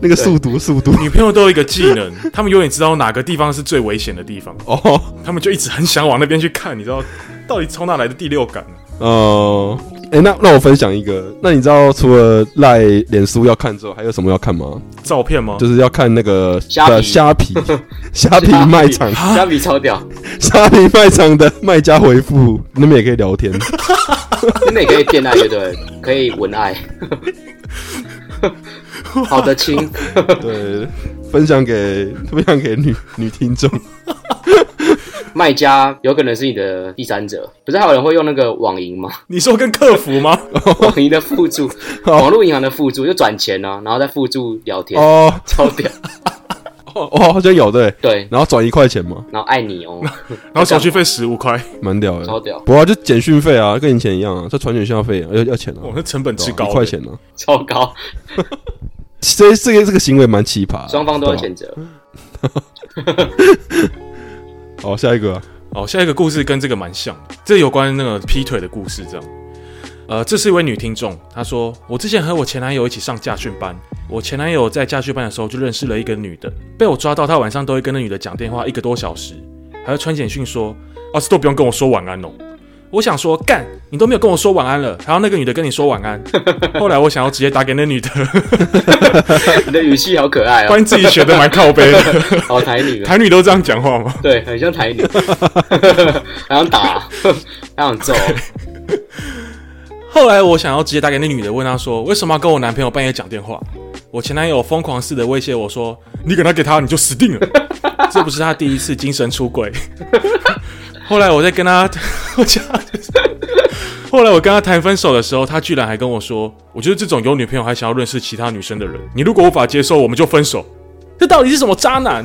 Speaker 1: 那个速度速度，
Speaker 2: 女朋友都有一个技能，她们永远知道哪个地方是最危险的地方，
Speaker 1: 哦，
Speaker 2: 她们就一直很想往那边去看，你知道，到底从哪来的第六感呢、
Speaker 1: 呃，哎、那那我分享一个，那你知道除了赖脸书要看之后，还有什么要看吗？
Speaker 2: 照片吗？
Speaker 1: 就是要看那个
Speaker 3: 哦虾皮
Speaker 1: 呃虾皮 虾皮卖场。
Speaker 3: 虾米超屌，
Speaker 1: 虾皮卖场的卖家回复，那边也可以聊天。
Speaker 3: 真的也可以恋爱，对不对？可以文爱，好的亲，
Speaker 1: 对，分享给分享给女 女听众。
Speaker 3: 卖家有可能是你的第三者，不是还有人会用那个网银吗？
Speaker 2: 你说跟客服 吗？
Speaker 3: 网银的附注，网络银行的附注就转钱啊，然后再附注聊天，
Speaker 1: 哦
Speaker 3: 超屌。
Speaker 1: 哦，哦好像有对。
Speaker 3: 对，
Speaker 1: 然后转一块钱嘛，
Speaker 3: 然后爱你哦，
Speaker 2: 然后手续费十五块，
Speaker 1: 蛮屌的。
Speaker 3: 超屌
Speaker 1: 不啊，就简讯费啊，跟以前一样啊，这传简讯要费啊要要钱啊
Speaker 2: 哇，，那成本之
Speaker 1: 对啊
Speaker 2: 哦高的，
Speaker 1: 一块钱啊。
Speaker 3: 超高，
Speaker 1: 这这个这个行为蛮奇葩的，
Speaker 3: 双方都要
Speaker 1: 对
Speaker 3: 谴
Speaker 1: 啊。
Speaker 3: 责。
Speaker 1: 哦，下一个啊，
Speaker 2: 哦，下一个故事跟这个蛮像的，这有关那个劈腿的故事，这样。呃，这是一位女听众，她说：“我之前和我前男友一起上驾训班，我前男友在驾训班的时候就认识了一个女的，被我抓到，她晚上都会跟那女的讲电话一个多小时，还会传简讯说，二十都不用跟我说晚安哦。”我想说，干，你都没有跟我说晚安了，然后那个女的跟你说晚安， 后来我想要直接打给那女的，
Speaker 3: 你的语气好可爱
Speaker 2: 发
Speaker 3: 哦，
Speaker 2: 现自己学的蛮靠背 的，
Speaker 3: 好台女哦，
Speaker 2: 台女都这样讲话吗？
Speaker 3: 对，很像 啊 台女，还想打，还想揍哦，
Speaker 2: 后来我想要直接打给那女的，问她说为什么要跟我男朋友半夜讲电话？我前男友疯狂似的威胁我说，你给他给他，你就死定了。这不是他第一次精神出轨。 后来我在跟他， 我讲，后来我跟他谈分手的时候，他居然还跟我说，我就是这种有女朋友还想要认识其他女生的人，你如果无法接受，我们就分手。 这到底是什么渣男？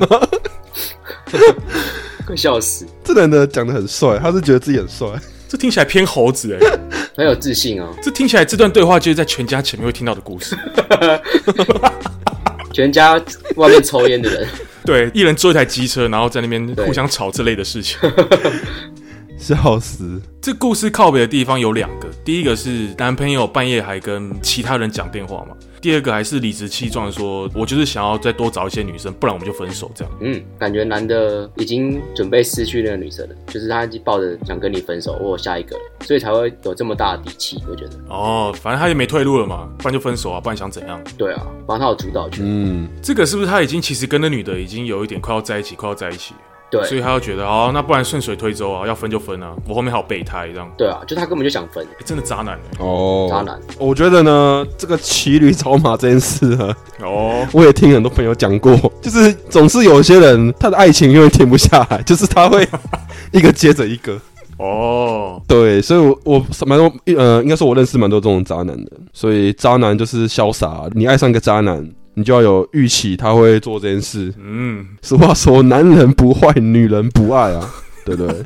Speaker 3: 快笑死，
Speaker 1: 这男的讲的很帅，他是觉得自己很帅，
Speaker 2: 这听起来偏猴子哎、
Speaker 3: 很有自信哦。
Speaker 2: 这听起来这段对话就是在全家前面会听到的故事。
Speaker 3: 全家外面抽烟的人，
Speaker 2: 对，一人坐一台机车，然后在那边
Speaker 3: 对
Speaker 2: 互相吵这类的事情。
Speaker 1: 笑死！
Speaker 2: 这故事靠北的地方有两个，第一个是男朋友半夜还跟其他人讲电话嘛，第二个还是理直气壮地说，我就是想要再多找一些女生，不然我们就分手这样。
Speaker 3: 嗯，感觉男的已经准备失去那个女生了，就是他已经抱着想跟你分手，我有下一个了，所以才会有这么大的底气。我觉得，
Speaker 2: 哦，反正他也没退路了嘛，不然就分手啊，不然想怎样？
Speaker 3: 对啊，反正他有主导权，
Speaker 1: 嗯，
Speaker 2: 这个是不是他已经其实跟那女的已经有一点快要在一起，快要在一起，
Speaker 3: 对，
Speaker 2: 所以他就觉得哦，那不然顺水推舟啊，要分就分啊，我后面还有备胎这样。
Speaker 3: 对啊，就他根本就想分，
Speaker 2: 诶真的渣男欸
Speaker 1: 哦，
Speaker 3: 渣男。
Speaker 1: 我觉得呢，这个骑驴找马这件事啊，
Speaker 2: 哦，
Speaker 1: 我也听很多朋友讲过， 就是总是有些人他的爱情永远停不下来， 就是他会一个接着一个。
Speaker 2: 哦，
Speaker 1: 对，所以我，我蛮多，呃，应该说我认识蛮多这种渣男的。所以，渣男就是潇洒，你爱上一个渣男，你就要有预期他会做这件事。
Speaker 2: 嗯，
Speaker 1: 俗话说，男人不坏，女人不爱 啊，对不对？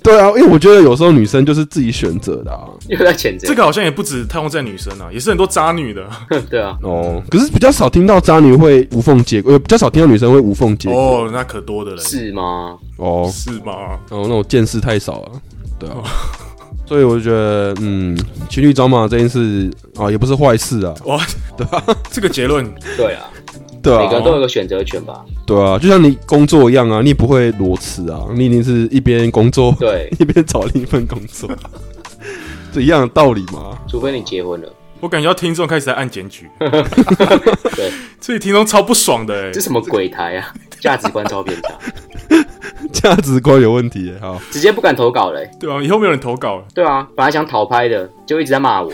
Speaker 1: 对啊，因为我觉得有时候女生就是自己选择的啊。
Speaker 3: 又在谴责
Speaker 2: 这个好像也不止套用在女生啊，也是很多渣女的。
Speaker 3: 对啊，
Speaker 1: 哦，可是比较少听到渣女会无缝接轨，呃比较少听到女生会无缝接轨。哦
Speaker 2: 哦，那可多的嘞。
Speaker 3: 是吗？
Speaker 1: 哦，
Speaker 2: 是吗？
Speaker 1: 然后那种见识太少了，对啊。 所以我就觉得，嗯，情侣找马这件事啊，也不是坏事啊，
Speaker 2: 哇，对吧？这个结论
Speaker 3: 对啊，
Speaker 1: 对啊。
Speaker 3: 每个人都有个选择权吧？
Speaker 1: 对啊，就像你工作一样啊，你也不会裸辞啊，你一定是一边工作
Speaker 3: 对，
Speaker 1: 一边找另一份工作， 这一样的道理嘛。
Speaker 3: 除非你结婚了，
Speaker 2: 我感觉到听众开始在按检举，
Speaker 3: 对，
Speaker 2: 这里听众超不爽的哎、
Speaker 3: 这什么鬼台啊？ 价值观超偏差，
Speaker 1: 价值观有问题耶哈。
Speaker 3: 直接不敢投稿嘞、
Speaker 2: 对啊，以后没有人投稿了。
Speaker 3: 对啊，本来想讨拍的，就一直在骂我。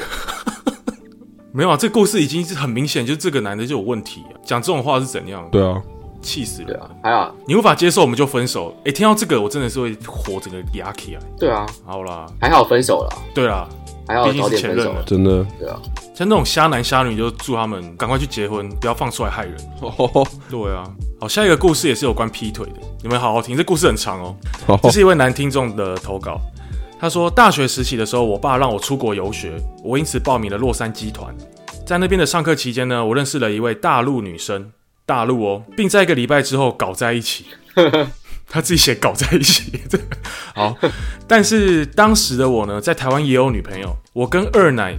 Speaker 2: 没有啊，这故事已经是很明显，就是这个男的就有问题、啊，讲这种话是怎样？，
Speaker 1: 对啊，
Speaker 2: 气死
Speaker 3: 对
Speaker 2: 人！
Speaker 3: 啊，还好，
Speaker 2: 你无法接受，我们就分手。哎、听到这个，我真的是会火整个牙起来。
Speaker 3: 对啊，
Speaker 2: 好啦，
Speaker 3: 还好分手了，
Speaker 2: 对啦，
Speaker 3: 还好
Speaker 2: 毕竟
Speaker 3: 早
Speaker 2: 是
Speaker 3: 点
Speaker 2: 前
Speaker 3: 分
Speaker 2: 任
Speaker 3: 手
Speaker 2: 了
Speaker 3: 了。。
Speaker 1: 真的。
Speaker 3: 对啊，
Speaker 2: 像那种瞎男瞎女，就祝他们赶快去结婚，不要放出来害人。
Speaker 1: 哦，
Speaker 2: 对啊，好，下一个故事也是有关劈腿的，你们好好听，这故事很长哦。
Speaker 1: 好
Speaker 2: 这是一位男听众的投稿，他说大学时期的时候，我爸让我出国游学，我因此报名了洛杉矶团。在那边的上课期间呢，我认识了一位大陆女生，大陆哦，并在一个礼拜之后搞在一起。他自己写搞在一起，这好。但是当时的我呢，在台湾也有女朋友，我跟二奶，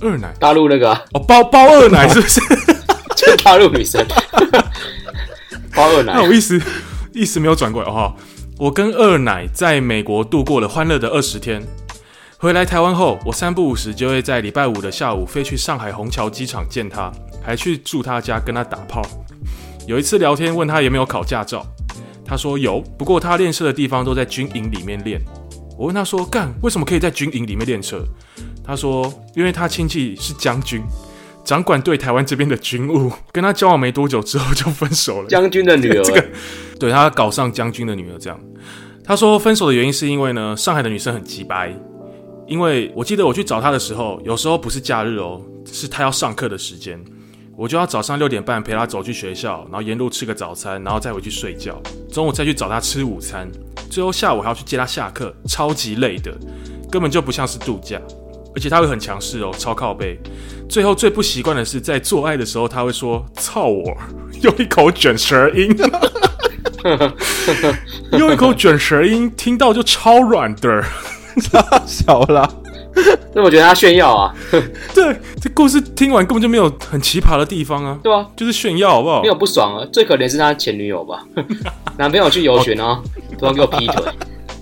Speaker 2: 二奶
Speaker 3: 大陆那个、 啊、
Speaker 2: 哦，包包二奶是不是？
Speaker 3: 就是大陆女生， 包 二
Speaker 2: 那
Speaker 3: 奶
Speaker 2: 我一时一时没有转过来哦。我跟二奶在美国度过了欢乐的二十天，回来台湾后，我三不五时就会在礼拜五的下午飞去上海虹桥机场见她，还去住她家跟她打炮。有一次聊天问她有没有考驾照，她说有，不过她练车的地方都在军营里面练。我问她说干为什么可以在军营里面练车？她说因为她亲戚是将军，掌管对台湾这边的军务。跟她交往没多久之后就分手了。
Speaker 3: 将军的女儿，
Speaker 2: 这个对他搞上将军的女儿这样。他说分手的原因是因为呢，上海的女生很鸡掰。因为我记得我去找她的时候，有时候不是假日哦，是她要上课的时间，我就要早上六点半陪她走去学校，然后沿路吃个早餐，然后再回去睡觉，中午再去找她吃午餐，最后下午还要去接她下课，超级累的，根本就不像是度假。而且她会很强势哦，超靠背。最后最不习惯的是，在做爱的时候，她会说“操我”， 用一口卷舌音。 用一口卷舌音，听到就超软的。
Speaker 1: 小啦，
Speaker 3: 那我觉得他炫耀啊，
Speaker 2: 对，这故事听完根本就没有很奇葩的地方啊，
Speaker 3: 对啊，
Speaker 2: 就是炫耀好不好
Speaker 3: 没？有不爽啊，最可怜是他前女 友吧，男朋友去游学呢，突然给我劈腿，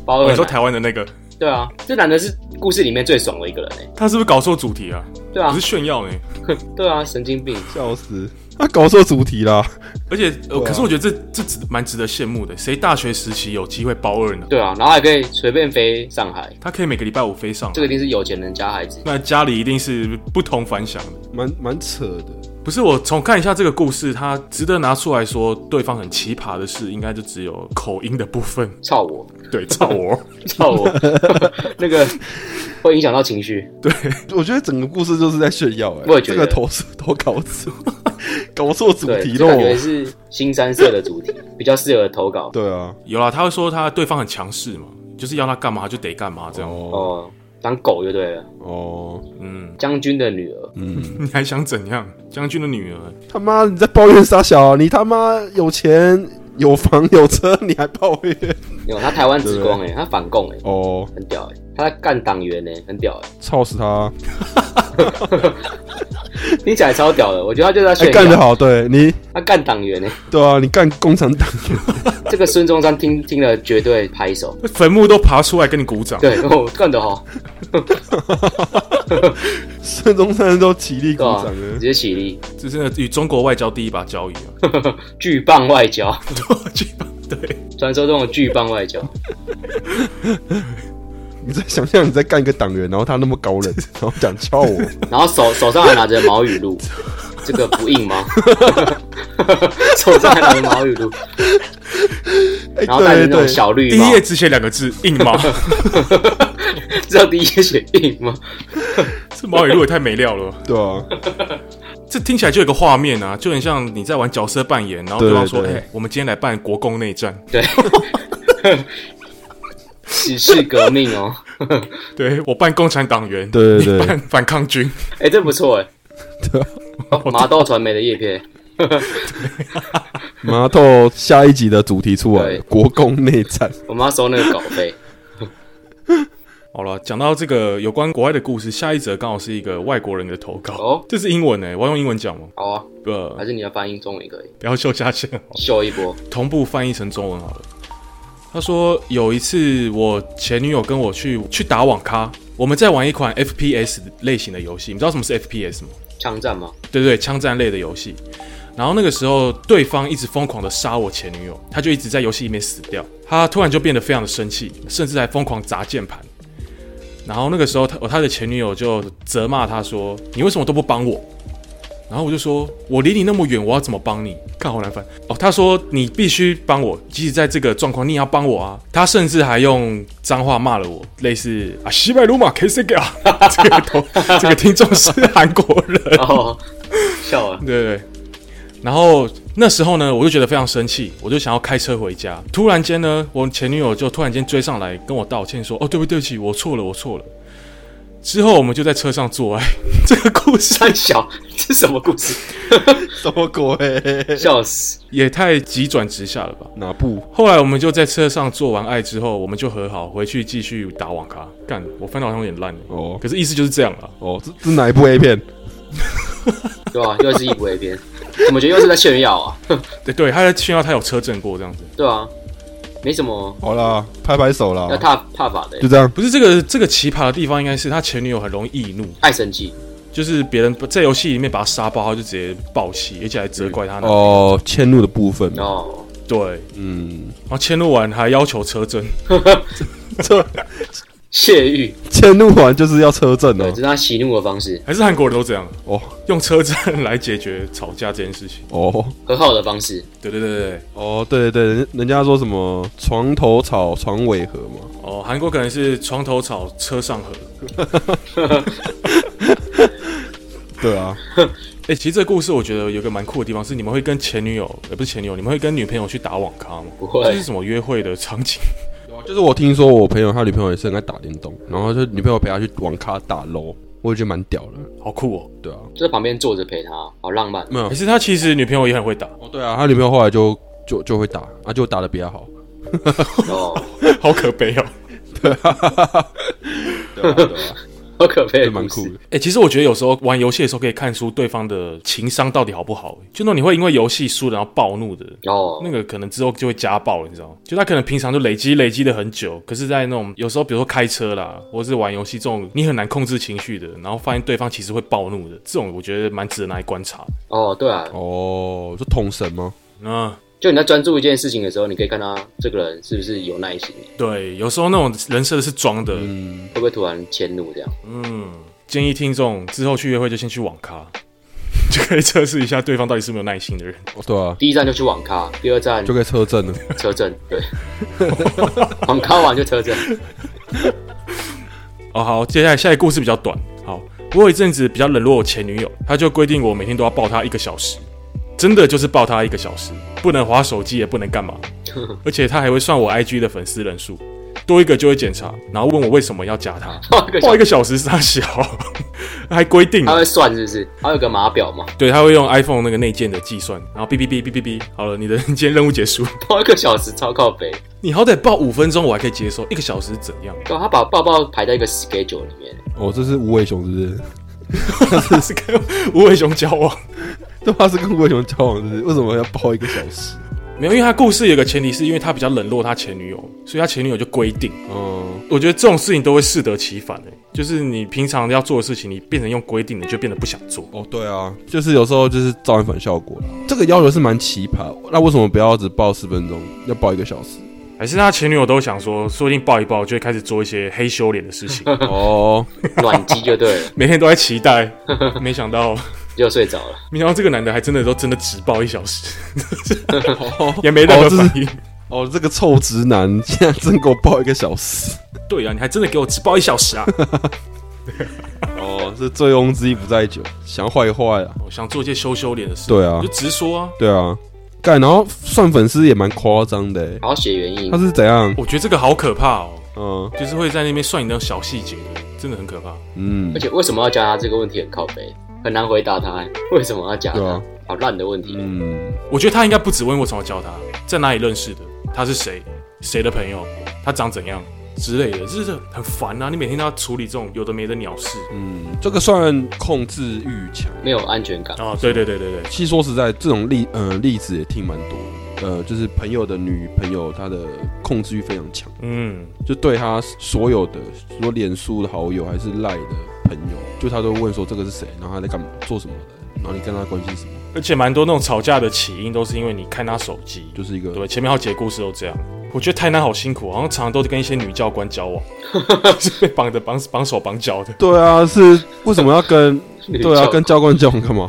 Speaker 3: 包
Speaker 2: 哦
Speaker 3: 二
Speaker 2: 你说
Speaker 3: 奶，
Speaker 2: 台湾的那个，
Speaker 3: 对啊，这男的是故事里面最爽的一个人哎、
Speaker 2: 他是不是搞错主题啊？
Speaker 3: 对
Speaker 2: 不
Speaker 3: 啊
Speaker 2: 是，炫耀呢、
Speaker 3: 对啊，神经病，
Speaker 1: 笑死！他搞错主题啦。
Speaker 2: 而且，
Speaker 1: 对
Speaker 2: 呃，
Speaker 1: 啊
Speaker 2: 可是我觉得这这值蛮值得羡慕的。谁大学时期有机会包二呢？
Speaker 3: 对啊，然后还可以随便飞上海，
Speaker 2: 他可以每个礼拜五飞上来，
Speaker 3: 这个一定是有钱人家孩子。
Speaker 2: 那家里一定是不同凡响的。
Speaker 1: 蛮蛮扯的，
Speaker 2: 不是我重看一下这个故事，它值得拿出来说，对方很奇葩的事，应该就只有口音的部分。
Speaker 3: 操 我，
Speaker 2: 对，操我！
Speaker 3: 操我，那个会影响到情绪。
Speaker 1: 我觉得整个故事就是在炫耀、欸，
Speaker 3: 我也觉
Speaker 1: 这
Speaker 3: 得
Speaker 1: 个投诉都搞错， 搞错主
Speaker 3: 对，
Speaker 1: 题
Speaker 3: 这
Speaker 1: 喽
Speaker 3: 感。觉是新三色的主题，比较适合投稿。
Speaker 1: 对啊，
Speaker 2: 有啦，他会说他对方很强势嘛，就是要他干嘛他就得干嘛这样。
Speaker 1: 哦
Speaker 3: 哦，当狗就对了。
Speaker 1: 哦，
Speaker 2: 嗯，
Speaker 3: 将军的女儿，
Speaker 1: 嗯，
Speaker 2: 你还想怎样？将军的女儿，
Speaker 1: 他妈你在抱怨啥小啊？你他妈有钱有房有车，你还抱怨？
Speaker 3: 有他台湾之光哎、他反共哎、
Speaker 1: 哦，
Speaker 3: 很屌哎、他在干党员哎、很屌哎、
Speaker 1: 操死他！
Speaker 3: 听起来超屌的。我觉得他就是在
Speaker 1: 哎，
Speaker 3: 炫
Speaker 1: 干得
Speaker 3: 耀，
Speaker 1: 好，对你，
Speaker 3: 他干党员哎、
Speaker 1: 对啊，你干共产党，
Speaker 3: 啊这个孙中山听听了绝对拍手，
Speaker 2: 坟墓都爬出来跟你鼓掌。
Speaker 3: 对，我干得好，
Speaker 1: 孙中山都起立鼓
Speaker 3: 对啊吧、
Speaker 1: 掌
Speaker 3: 直
Speaker 1: 了。
Speaker 3: 接起立，
Speaker 2: 这真的与中国外交第一把交椅 啊！
Speaker 3: 巨棒外交，
Speaker 2: 对，
Speaker 3: 传说中的巨棒外交，
Speaker 1: 你再想象你在干一个党员，然后他那么高 冷，然后想敲我，
Speaker 3: 然后手手上还拿着毛语 录，这个不硬吗？ 手上还拿着毛 语录，
Speaker 1: 哎，
Speaker 3: 然后戴
Speaker 1: 对对
Speaker 3: 着那种
Speaker 1: 对，
Speaker 3: 小绿
Speaker 2: 第
Speaker 3: 帽
Speaker 2: 一，页只写两个字“硬 毛”，
Speaker 3: 知道第一页写硬吗？
Speaker 2: 这毛语录也太没料了吧。
Speaker 1: 对啊，
Speaker 2: 这听起来就有个画面啊，就很像你在玩角色扮演，然后
Speaker 1: 对
Speaker 2: 对方说：“哎、
Speaker 1: 对
Speaker 2: 我们今天来办国共内战。
Speaker 3: 对， 喜事革命哦，
Speaker 2: 对我扮共产党员，
Speaker 1: 对对对
Speaker 2: 你扮反抗 军。
Speaker 3: 哎、这不错哎，
Speaker 1: 对啊。
Speaker 3: 哦麻豆传媒的叶片，
Speaker 1: 麻豆下一集的主题出来了
Speaker 3: 对，
Speaker 1: 国共内战。
Speaker 3: 我们要收那个稿费，”
Speaker 2: 好了，讲到这个有关国外的故事，下一则刚好是一个外国人的投稿，
Speaker 3: 哦
Speaker 2: 这是英文呢、欸我要用英文讲吗？
Speaker 3: 好啊，还
Speaker 2: 呃，
Speaker 3: 是你要翻译中文也可以，
Speaker 2: 不要秀下限哦。
Speaker 3: 秀一波，
Speaker 2: 同步翻译成中文好了。他说有一次我前女友跟我去去打网咖，我们在玩一款 FPS 类型的游戏，你知道什么是 FPS 吗？
Speaker 3: 枪战吗？
Speaker 2: 对对，对枪战类的游戏。然后那个时候，对方一直疯狂的杀我前女友，她就一直在游戏里面死掉。她突然就变得非常的生气，甚至还疯狂砸键盘。然后那个时候，他他的前女友就责骂他说：“你为什么都不帮我？”然后我就说：“我离你那么远，我要怎么帮你？”看好难烦哦。他说：“你必须帮我，即使在这个状况，你也要帮我啊。”他甚至还用脏话骂了我，类似啊西拜鲁马 K C 啊， 这个头这个听众是韩国人。
Speaker 3: 然后哦笑啊了，
Speaker 2: 对对对。然后那时候呢，我就觉得非常生气，我就想要开车回家。突然间呢，我前女友就突然间追上来跟我道歉说：“哦，对不起对不起，我错了，我错了。”之后我们就在车上做爱，这个故事
Speaker 3: 三小，这什么故事？
Speaker 1: 什么鬼？
Speaker 3: 笑死，
Speaker 2: 也太急转直下了吧！
Speaker 1: 哪部？
Speaker 2: 后来我们就在车上做完爱之后，我们就和好，回去继续打网咖。干，我翻到好像有点烂了
Speaker 1: 哦
Speaker 2: 可是意思就是这样了。
Speaker 1: 哦，这这哪一部 A 片？
Speaker 3: 对吧、又是一部 A 片，怎么觉得又是在炫耀啊？
Speaker 2: 对对，他在炫耀他有车震过这样子。
Speaker 3: 对啊，没什么
Speaker 1: 好啦，拍拍手啦
Speaker 3: 要，踏踏法的、
Speaker 1: 就这样。
Speaker 2: 不是这个这个奇葩的地方，应该是他前女友很容易易怒，
Speaker 3: 爱生气，
Speaker 2: 就是别人在游戏里面把他杀爆，他就直接爆气，而且还责怪他呢。
Speaker 1: 哦，迁怒的部分，
Speaker 3: 然后
Speaker 2: 对，
Speaker 1: 嗯，
Speaker 2: 然后迁怒完还要求车震，
Speaker 1: 这
Speaker 3: 泄欲，
Speaker 1: 迁怒完就是要车震
Speaker 3: 对，
Speaker 1: 哦
Speaker 3: 这。是他息怒的方式，
Speaker 2: 还是韩国人都这样，
Speaker 1: 哦
Speaker 2: 用车震来解决吵架这件事情。
Speaker 1: 哦
Speaker 3: 和好的方式，
Speaker 2: 对对对对，
Speaker 1: 哦，对对对，人人家说什么床头吵，床尾和嘛。
Speaker 2: 哦，韩国可能是床头吵，车上和。
Speaker 1: 对啊，
Speaker 2: 哎、其实这个故事我觉得有个蛮酷的地方是，你们会跟前女友，呃，不是前女友，你们会跟女朋友去打网咖吗？
Speaker 3: 不会
Speaker 2: 这是什么约会的场景？
Speaker 1: 就是我听说我朋友他女朋友也是很爱打电动，然后就女朋友陪他去网咖打 LO，我也觉得蛮屌的。
Speaker 2: 好酷哦！
Speaker 1: 对啊，
Speaker 3: 就在旁边坐着陪他，好浪漫。
Speaker 1: 没有
Speaker 2: 可，是他其实女朋友也很会打，
Speaker 1: 哦对啊，他女朋友后来就就就会打，啊就打的比较好。
Speaker 3: 哦，
Speaker 2: 好可悲哦。
Speaker 1: 对啊，对啊，对啊
Speaker 3: 好可悲
Speaker 1: 这
Speaker 3: 的
Speaker 1: 蛮
Speaker 3: 故
Speaker 1: 酷
Speaker 3: 事。
Speaker 1: 的。
Speaker 2: 哎、其实我觉得有时候玩游戏的时候可以看出对方的情商到底好不好、就那种你会因为游戏输了然后暴怒的，
Speaker 3: 哦，
Speaker 2: 那个可能之后就会家暴，你知道吗？就他可能平常就累积累积的很久，可是，在那种有时候，比如说开车啦，或者是玩游戏这种，你很难控制情绪的，然后发现对方其实会暴怒的，这种我觉得蛮值得拿来观察。
Speaker 3: 哦，对啊，
Speaker 1: 哦，就统神吗？
Speaker 2: 那
Speaker 3: 就你在专注一件事情的时候，你可以看他这个人是不是有耐心，
Speaker 2: 对，有时候那种人设是装的，嗯
Speaker 3: 会不会突然迁怒这样。
Speaker 2: 建议听众之后去约会就先去网咖， 就可以测试一下对方到底是没有耐心的人。
Speaker 1: 哦对啊，
Speaker 3: 第一站就去网咖，第二站
Speaker 1: 就可以车震了。
Speaker 3: 车震，对，网咖完就 车震。
Speaker 2: 哦，好，接下来下一个故事比较短。好，我有一阵子比较冷落我前女友，她就规定我每天都要抱她一个小时，真的就是抱她一个小时，不能划手机，也不能干 嘛，而且她还会算我 IG 的粉丝人数，多一个就会检查，然后问我为什么要加她。
Speaker 3: 抱一个
Speaker 2: 抱
Speaker 3: 小
Speaker 2: 一个小时是她小， 还规定
Speaker 3: 他会算是不是？他有个码表嘛，
Speaker 2: 对，她会用 iPhone 那个内建的计算，然后哔哔哔哔哔哔，好了，你的 今天任务结束，
Speaker 3: 抱一个小时超靠北。
Speaker 2: 你好歹抱五分钟我还可以接受，一个小时是怎样？
Speaker 3: 对啊，他把抱抱排在一个 schedule 里面，
Speaker 1: 哦，这是无尾熊是不是？
Speaker 2: 是跟无尾熊交往。
Speaker 1: 对啊，是跟无尾熊交往是不是？为什么要抱一个小时？
Speaker 2: 没有，因为他故事有个前提是因为他比较冷落他前女友，所以他前女友就规定。
Speaker 1: 嗯，
Speaker 2: 我觉得这种事情都会适得其反的、欸就是你平常要做的事情，你变成用规定的，就变得不想做。
Speaker 1: 哦对啊，就是有时候就是造成反效果啦。这个要求是蛮奇葩，那为什么不要只抱十分钟，要抱一个小时？
Speaker 2: 还是他前女友都想说，说不定抱一抱就会开始做一些黑羞脸的 事情，
Speaker 1: 哦，
Speaker 3: 暖机就对了，
Speaker 2: 每天都在期待，没想到，
Speaker 3: 就睡着了。
Speaker 2: 没想到这个男的还真的都真的只抱一小时，也没任何
Speaker 1: 哦这是
Speaker 2: 反应。
Speaker 1: 哦，这个臭直男竟然真给我抱一个小时！
Speaker 2: 对啊，你还真的给我只抱一小时啊！
Speaker 1: 哦，这醉翁之意不在酒，想坏坏啊！
Speaker 2: 我想做一些羞羞脸的事，
Speaker 1: 对啊
Speaker 2: 你就直说啊。
Speaker 1: 对啊，干，然后算粉丝也蛮夸张的欸，
Speaker 3: 然后写原因
Speaker 1: 他，是怎样？
Speaker 2: 我觉得这个好可怕哦，
Speaker 1: 嗯
Speaker 2: 就是会在那边算你那种小细节的，真的很可怕。
Speaker 1: 嗯
Speaker 3: 而，且为什么要加他这个问题很靠北，很难回答他、欸为什么要加
Speaker 1: 对
Speaker 3: 他
Speaker 1: 啊？
Speaker 3: 好烂的问题。
Speaker 1: 嗯，
Speaker 2: 我觉得他应该不只问我怎么教他，在哪里认识的，他是谁，谁的朋友，他长怎样之类的，就是很烦啊！你每天都要处理这种有的没的鸟事。
Speaker 1: 嗯，这个算控制欲强。
Speaker 3: 没有安全感，
Speaker 2: 哦，对对对对对，
Speaker 1: 其实说实在，这种例呃例子也听蛮多的，呃，就是朋友的女朋友，她的控制欲非常强，
Speaker 2: 嗯，
Speaker 1: 就对她所有的，说脸书的好友还是赖的朋友，就她都会问说这个是谁，然后她在干嘛，做什么的，然后你跟她关系是什么，
Speaker 2: 而且蛮多那种吵架的起因都是因为你看他手机，
Speaker 1: 就是一个
Speaker 2: 对，前面好几个故事都这样。我觉得台南好辛苦，好像常常都跟一些女教官交往，是被绑着绑绑手绑脚的，
Speaker 1: 对啊，是为什么要 跟对
Speaker 3: 女
Speaker 1: 啊
Speaker 3: 教
Speaker 1: 跟教官交往干嘛？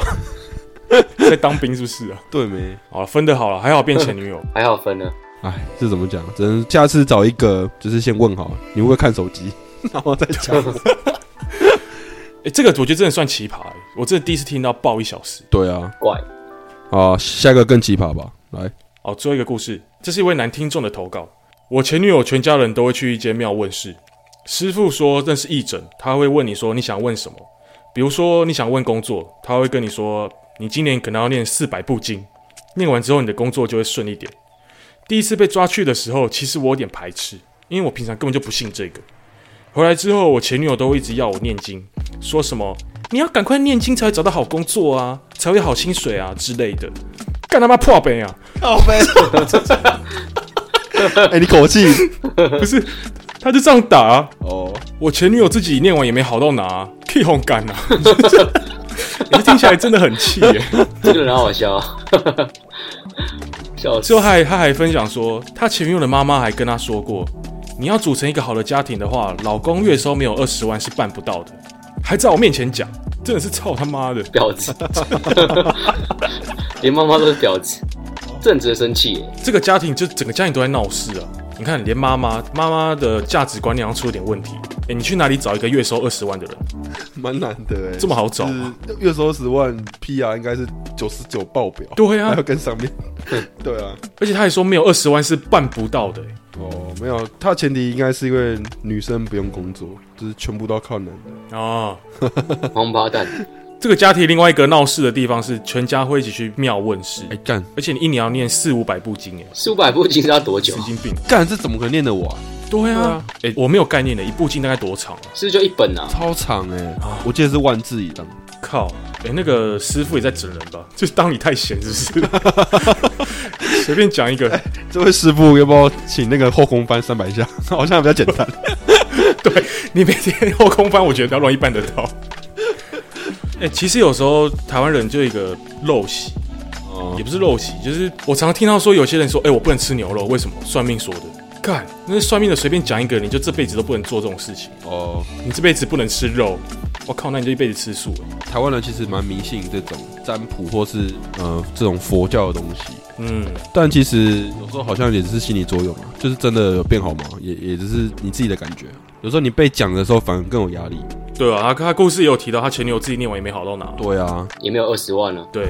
Speaker 2: 在当兵是不是啊？
Speaker 1: 对没？
Speaker 2: 好了，分的好了，还好变前女友。
Speaker 3: 还好分了，
Speaker 1: 哎，这怎么讲？只能下次找一个，就是先问好，你会不会看手机， 然后再讲。
Speaker 2: 哎、这个我觉得真的算奇葩、欸，我真的第一次听到爆一小时。
Speaker 1: 对啊，
Speaker 3: 怪
Speaker 1: 啊，下一个更奇葩吧，来，
Speaker 2: 哦，最后一个故事，这是一位男听众的投稿。我前女友全家人都会去一间庙问事，师傅说认识义诊，他会问你说你想问什么，比如说你想问工作，他会跟你说你今年可能要念四百部经，念完之后你的工作就会顺一点。第一次被抓去的时候，其实我有点排斥，因为我平常根本就不信这个。回来之后，我前女友都会一直要我念经，说什么你要赶快念经才会找到好工作啊，才会有好薪水啊之类的。干他妈破杯啊！
Speaker 1: 靠背，哎，你口气
Speaker 2: 不是，他就这样打、啊。
Speaker 1: 哦，
Speaker 2: 我前女友自己念完也没好到哪、啊，屁红干啊！ 你听起来真的很气耶、
Speaker 3: 这个人好好笑，哦笑
Speaker 2: 之
Speaker 3: 死
Speaker 2: 后！还他还分享说，他前女友的妈妈还跟他说过，你要组成一个好的家庭的话，老公月收没有二十万是办不到的。还在我面前讲，真的是操他妈的！
Speaker 3: 婊子， 连妈妈都是婊子，这很值得生气耶。
Speaker 2: 这个家庭就整个家庭都在闹事啊！你看，连妈妈妈妈的价值观念上出了点问题。哎、你去哪里找一个月收二十万的人？
Speaker 1: 蛮难的哎，
Speaker 2: 这么好找啊
Speaker 1: 就是月收十万，PR 应该是九十九爆表，
Speaker 2: 对啊
Speaker 1: 还要，跟上面， 对啊，
Speaker 2: 而且他还说没有二十万是办不到的、
Speaker 1: 哦，没有，他前提应该是因为女生不用工作，就是全部都要靠男的，
Speaker 2: 欸、啊。
Speaker 3: 王八蛋，
Speaker 2: 这个家庭另外一个闹事的地方是，全家会一起去庙问事，
Speaker 1: 哎干
Speaker 2: 而且你一年要念四五百部经哎，
Speaker 3: 四五百步经是要多久啊
Speaker 2: 神？经病！
Speaker 1: 干，这怎么可能念得完？
Speaker 2: 啊对啊，哎、我没有概念的，一部镜大概多长啊？
Speaker 3: 是不是就一本啊？
Speaker 1: 超长哎、我记得是万字以上。
Speaker 2: 靠，哎、那个师傅也在整人吧？ 就是当你太闲是不是？ 随便讲一个，
Speaker 1: 这位师傅要不要请那个后空翻三百下？ 好像比较简单。
Speaker 2: 对你每天后空翻，我觉得比较容易办得 到。哎、其实有时候台湾人就有一个陋习，
Speaker 1: 哦
Speaker 2: 也不是陋习，就是我常听到说有些人说，哎、我不能吃牛肉，为什么？算命说的。干，那算命的随便讲一个，你就这辈子都不能做这种事情，
Speaker 1: 哦，
Speaker 2: 你这辈子不能吃肉。我靠，那你就一辈子吃素了。
Speaker 1: 台湾人其实蛮迷信这种占卜或是呃这种佛教的东西，
Speaker 2: 嗯，
Speaker 1: 但其实有时候好像也只是心理作用啊，就是真的有变好吗？也也只是你自己的感觉。啊有时候你被讲的时候反而更有压力。
Speaker 2: 对啊，他他故事也有提到，他前女友自己念完也没好到哪。
Speaker 1: 对啊，
Speaker 3: 也没有二十万啊。
Speaker 2: 对，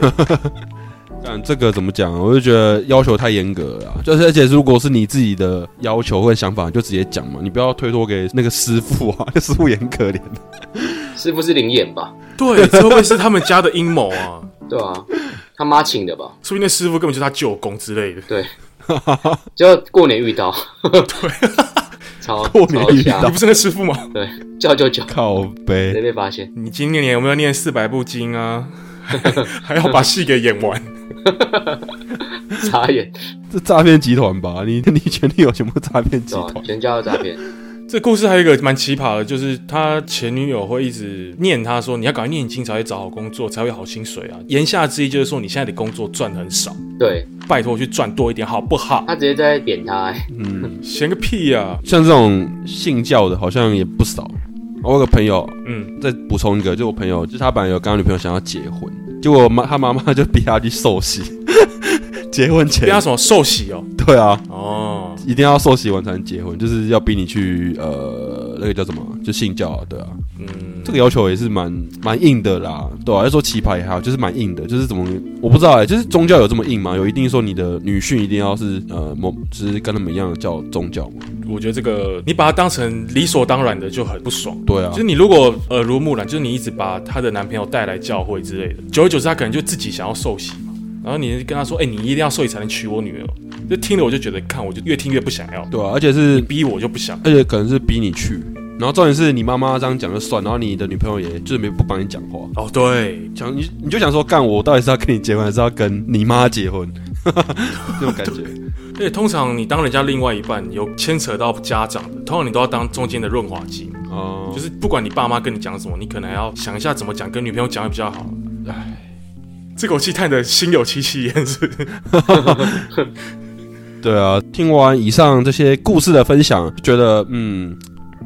Speaker 1: 但这个怎么讲？啊我就觉得要求太严格了啊、就是而且如果是你自己的要求或者想法，你就直接讲嘛，你不要推脱给那个师傅啊，那师傅也很可怜。
Speaker 3: 师傅是灵眼吧？
Speaker 2: 对，这会不会是他们家的阴谋啊？
Speaker 3: 对啊，他妈请的吧？
Speaker 2: 说不定那师傅根本就是他舅公之类的。
Speaker 3: 对，就过年遇到，对，超
Speaker 1: 过年
Speaker 3: 超
Speaker 1: 遇
Speaker 2: 你
Speaker 1: 到
Speaker 3: 瞎
Speaker 2: 不是那师傅吗？
Speaker 3: 对，叫舅舅，
Speaker 1: 靠
Speaker 3: 直接
Speaker 1: 背，
Speaker 3: 被发现，
Speaker 2: 你今年有没有念四百部经啊？ 还要把戏给演完？
Speaker 3: 傻眼，
Speaker 1: 这诈骗集团吧？你你前女友全部诈骗集
Speaker 3: 对吧、
Speaker 1: 团？
Speaker 3: 哦全家都诈骗，
Speaker 2: 这故事还有一个蛮奇葩的，就是他前女友会一直念他说，你要赶快念经才会找好工作，才会有好薪水啊。言下之意就是说，你现在的工作赚很少，
Speaker 3: 对
Speaker 2: 拜托去赚多一点好不好？
Speaker 3: 他直接在扁他、欸，
Speaker 1: 嗯，
Speaker 2: 闲个屁呀、啊！
Speaker 1: 像这种信教的，好像也不少。我有个朋友，
Speaker 2: 嗯，
Speaker 1: 再补充一个，就我朋友，就是他本来有跟他女朋友想要结婚，结果妈他妈妈就逼他去受洗， 结婚前
Speaker 2: 被他什么受洗哦？
Speaker 1: 对啊，
Speaker 2: 哦，
Speaker 1: 一定要受洗完才能结婚，就是要逼你去呃那个叫什么，就信教、啊，对啊，
Speaker 2: 嗯，
Speaker 1: 这个要求也是蛮蛮硬的啦，对啊，要说奇葩也好，就是蛮硬的，就是怎么我不知道哎、就是宗教有这么硬吗？有一定说你的女婿一定要是呃某，就是跟他们一样的叫宗教吗？
Speaker 2: 我觉得这个你把它当成理所当然的就很不爽。
Speaker 1: 对啊
Speaker 2: 就，是你如果耳濡目染，就是你一直把她的男朋友带来教会之类的，久而久之，她可能就自己想要受洗嘛。然后你跟她说：“哎、你一定要受洗才能娶我女儿。”就听了我就觉得，看我就越听越不想要，
Speaker 1: 对啊，而且是
Speaker 2: 逼我就不想。
Speaker 1: 而且可能是逼你去，然后重点是你妈妈这样讲就算，然后你的女朋友也就是没不帮你讲话。
Speaker 2: 哦，对，
Speaker 1: 想你你就想说，干我到底是要跟你结婚，还是要跟你妈结婚？ 这种感觉，
Speaker 2: 而且通常你当人家另外一半有牵扯到家长的，通常你都要当中间的润滑剂，
Speaker 1: 哦、
Speaker 3: 嗯
Speaker 2: 就是不管你爸妈跟你讲什么，你可能还要想一下怎么讲，跟女朋友讲会比较好。唉，这口气叹的心有戚戚焉，是不是？
Speaker 1: 对啊，听完以上这些故事的分享，觉得嗯，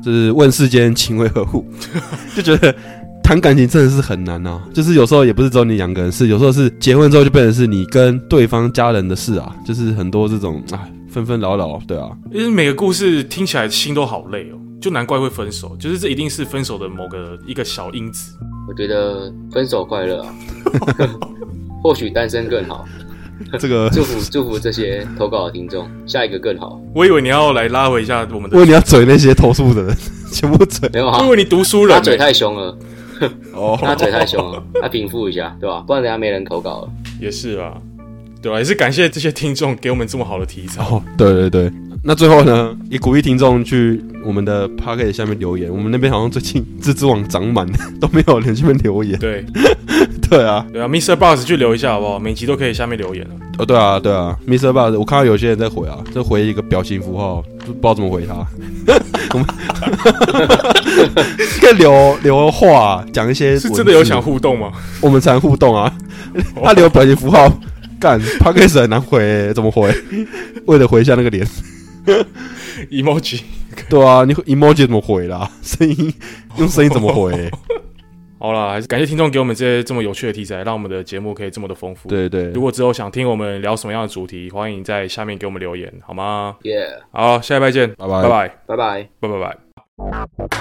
Speaker 1: 就是问世间情为何物， 就觉得谈感情真的是很难啊。就是有时候也不是只有你两个人事，有时候是结婚之后就变成是你跟对方家人的事啊，就是很多这种哎纷纷扰扰，对啊，
Speaker 2: 因为每个故事听起来心都好累哦，就难怪会分手，就是这一定是分手的某个一个小因子。
Speaker 3: 我觉得分手快乐 啊，或许单身更好，
Speaker 1: 这个
Speaker 3: 祝福祝福这些投稿的听众，下一个更好，
Speaker 2: 我以为你要来拉回一下我们的，
Speaker 1: 为你要嘴那些投诉的人， 全部嘴
Speaker 3: 没有
Speaker 2: 我
Speaker 3: 啊
Speaker 2: 以，为你读书人、
Speaker 3: 他嘴太凶了，
Speaker 1: 欸哦
Speaker 3: 他嘴太凶了，他平复一下，对吧、不然等下没人投稿了。
Speaker 2: 也是啊，对吧？也是感谢这些听众给我们这么好的题材。
Speaker 1: 哦，对对对，那最后呢，也鼓励听众去我们的 p o c k e t 下面留言，我们那边好像最近蜘蛛网涨满， 都没有人去那边留言，
Speaker 2: 对
Speaker 1: 对啊。
Speaker 2: 对啊，Mr. Boss 去留一下好不好？每集都可以下面留言了。
Speaker 1: 哦，对啊，对啊，Mr. Bus，我看到有些人在回啊，就回一个表情符号，就不知道怎么回他。 我们 这个留留话、讲一些
Speaker 2: 是
Speaker 1: 文
Speaker 2: 真的有
Speaker 1: 字
Speaker 2: 想，互动吗？
Speaker 1: 我们才能互动啊。他留表情符号，干 p a c k a g e 很难回、怎么回？为了回一下那个脸，
Speaker 2: emoji。
Speaker 1: 对啊，你 emoji 怎么回啦？声音用声音怎么回、
Speaker 2: 好啦，还是感谢听众给我们这些这么有趣的题材，让我们的节目可以这么的丰富。，
Speaker 1: 对对
Speaker 2: 如，果之后想听我们聊什么样的主题，欢迎在下面给我们留言，好吗？
Speaker 3: 耶、
Speaker 2: 好，下礼拜见，
Speaker 1: 拜拜
Speaker 2: 拜拜，
Speaker 3: 拜拜。
Speaker 2: 拜拜拜。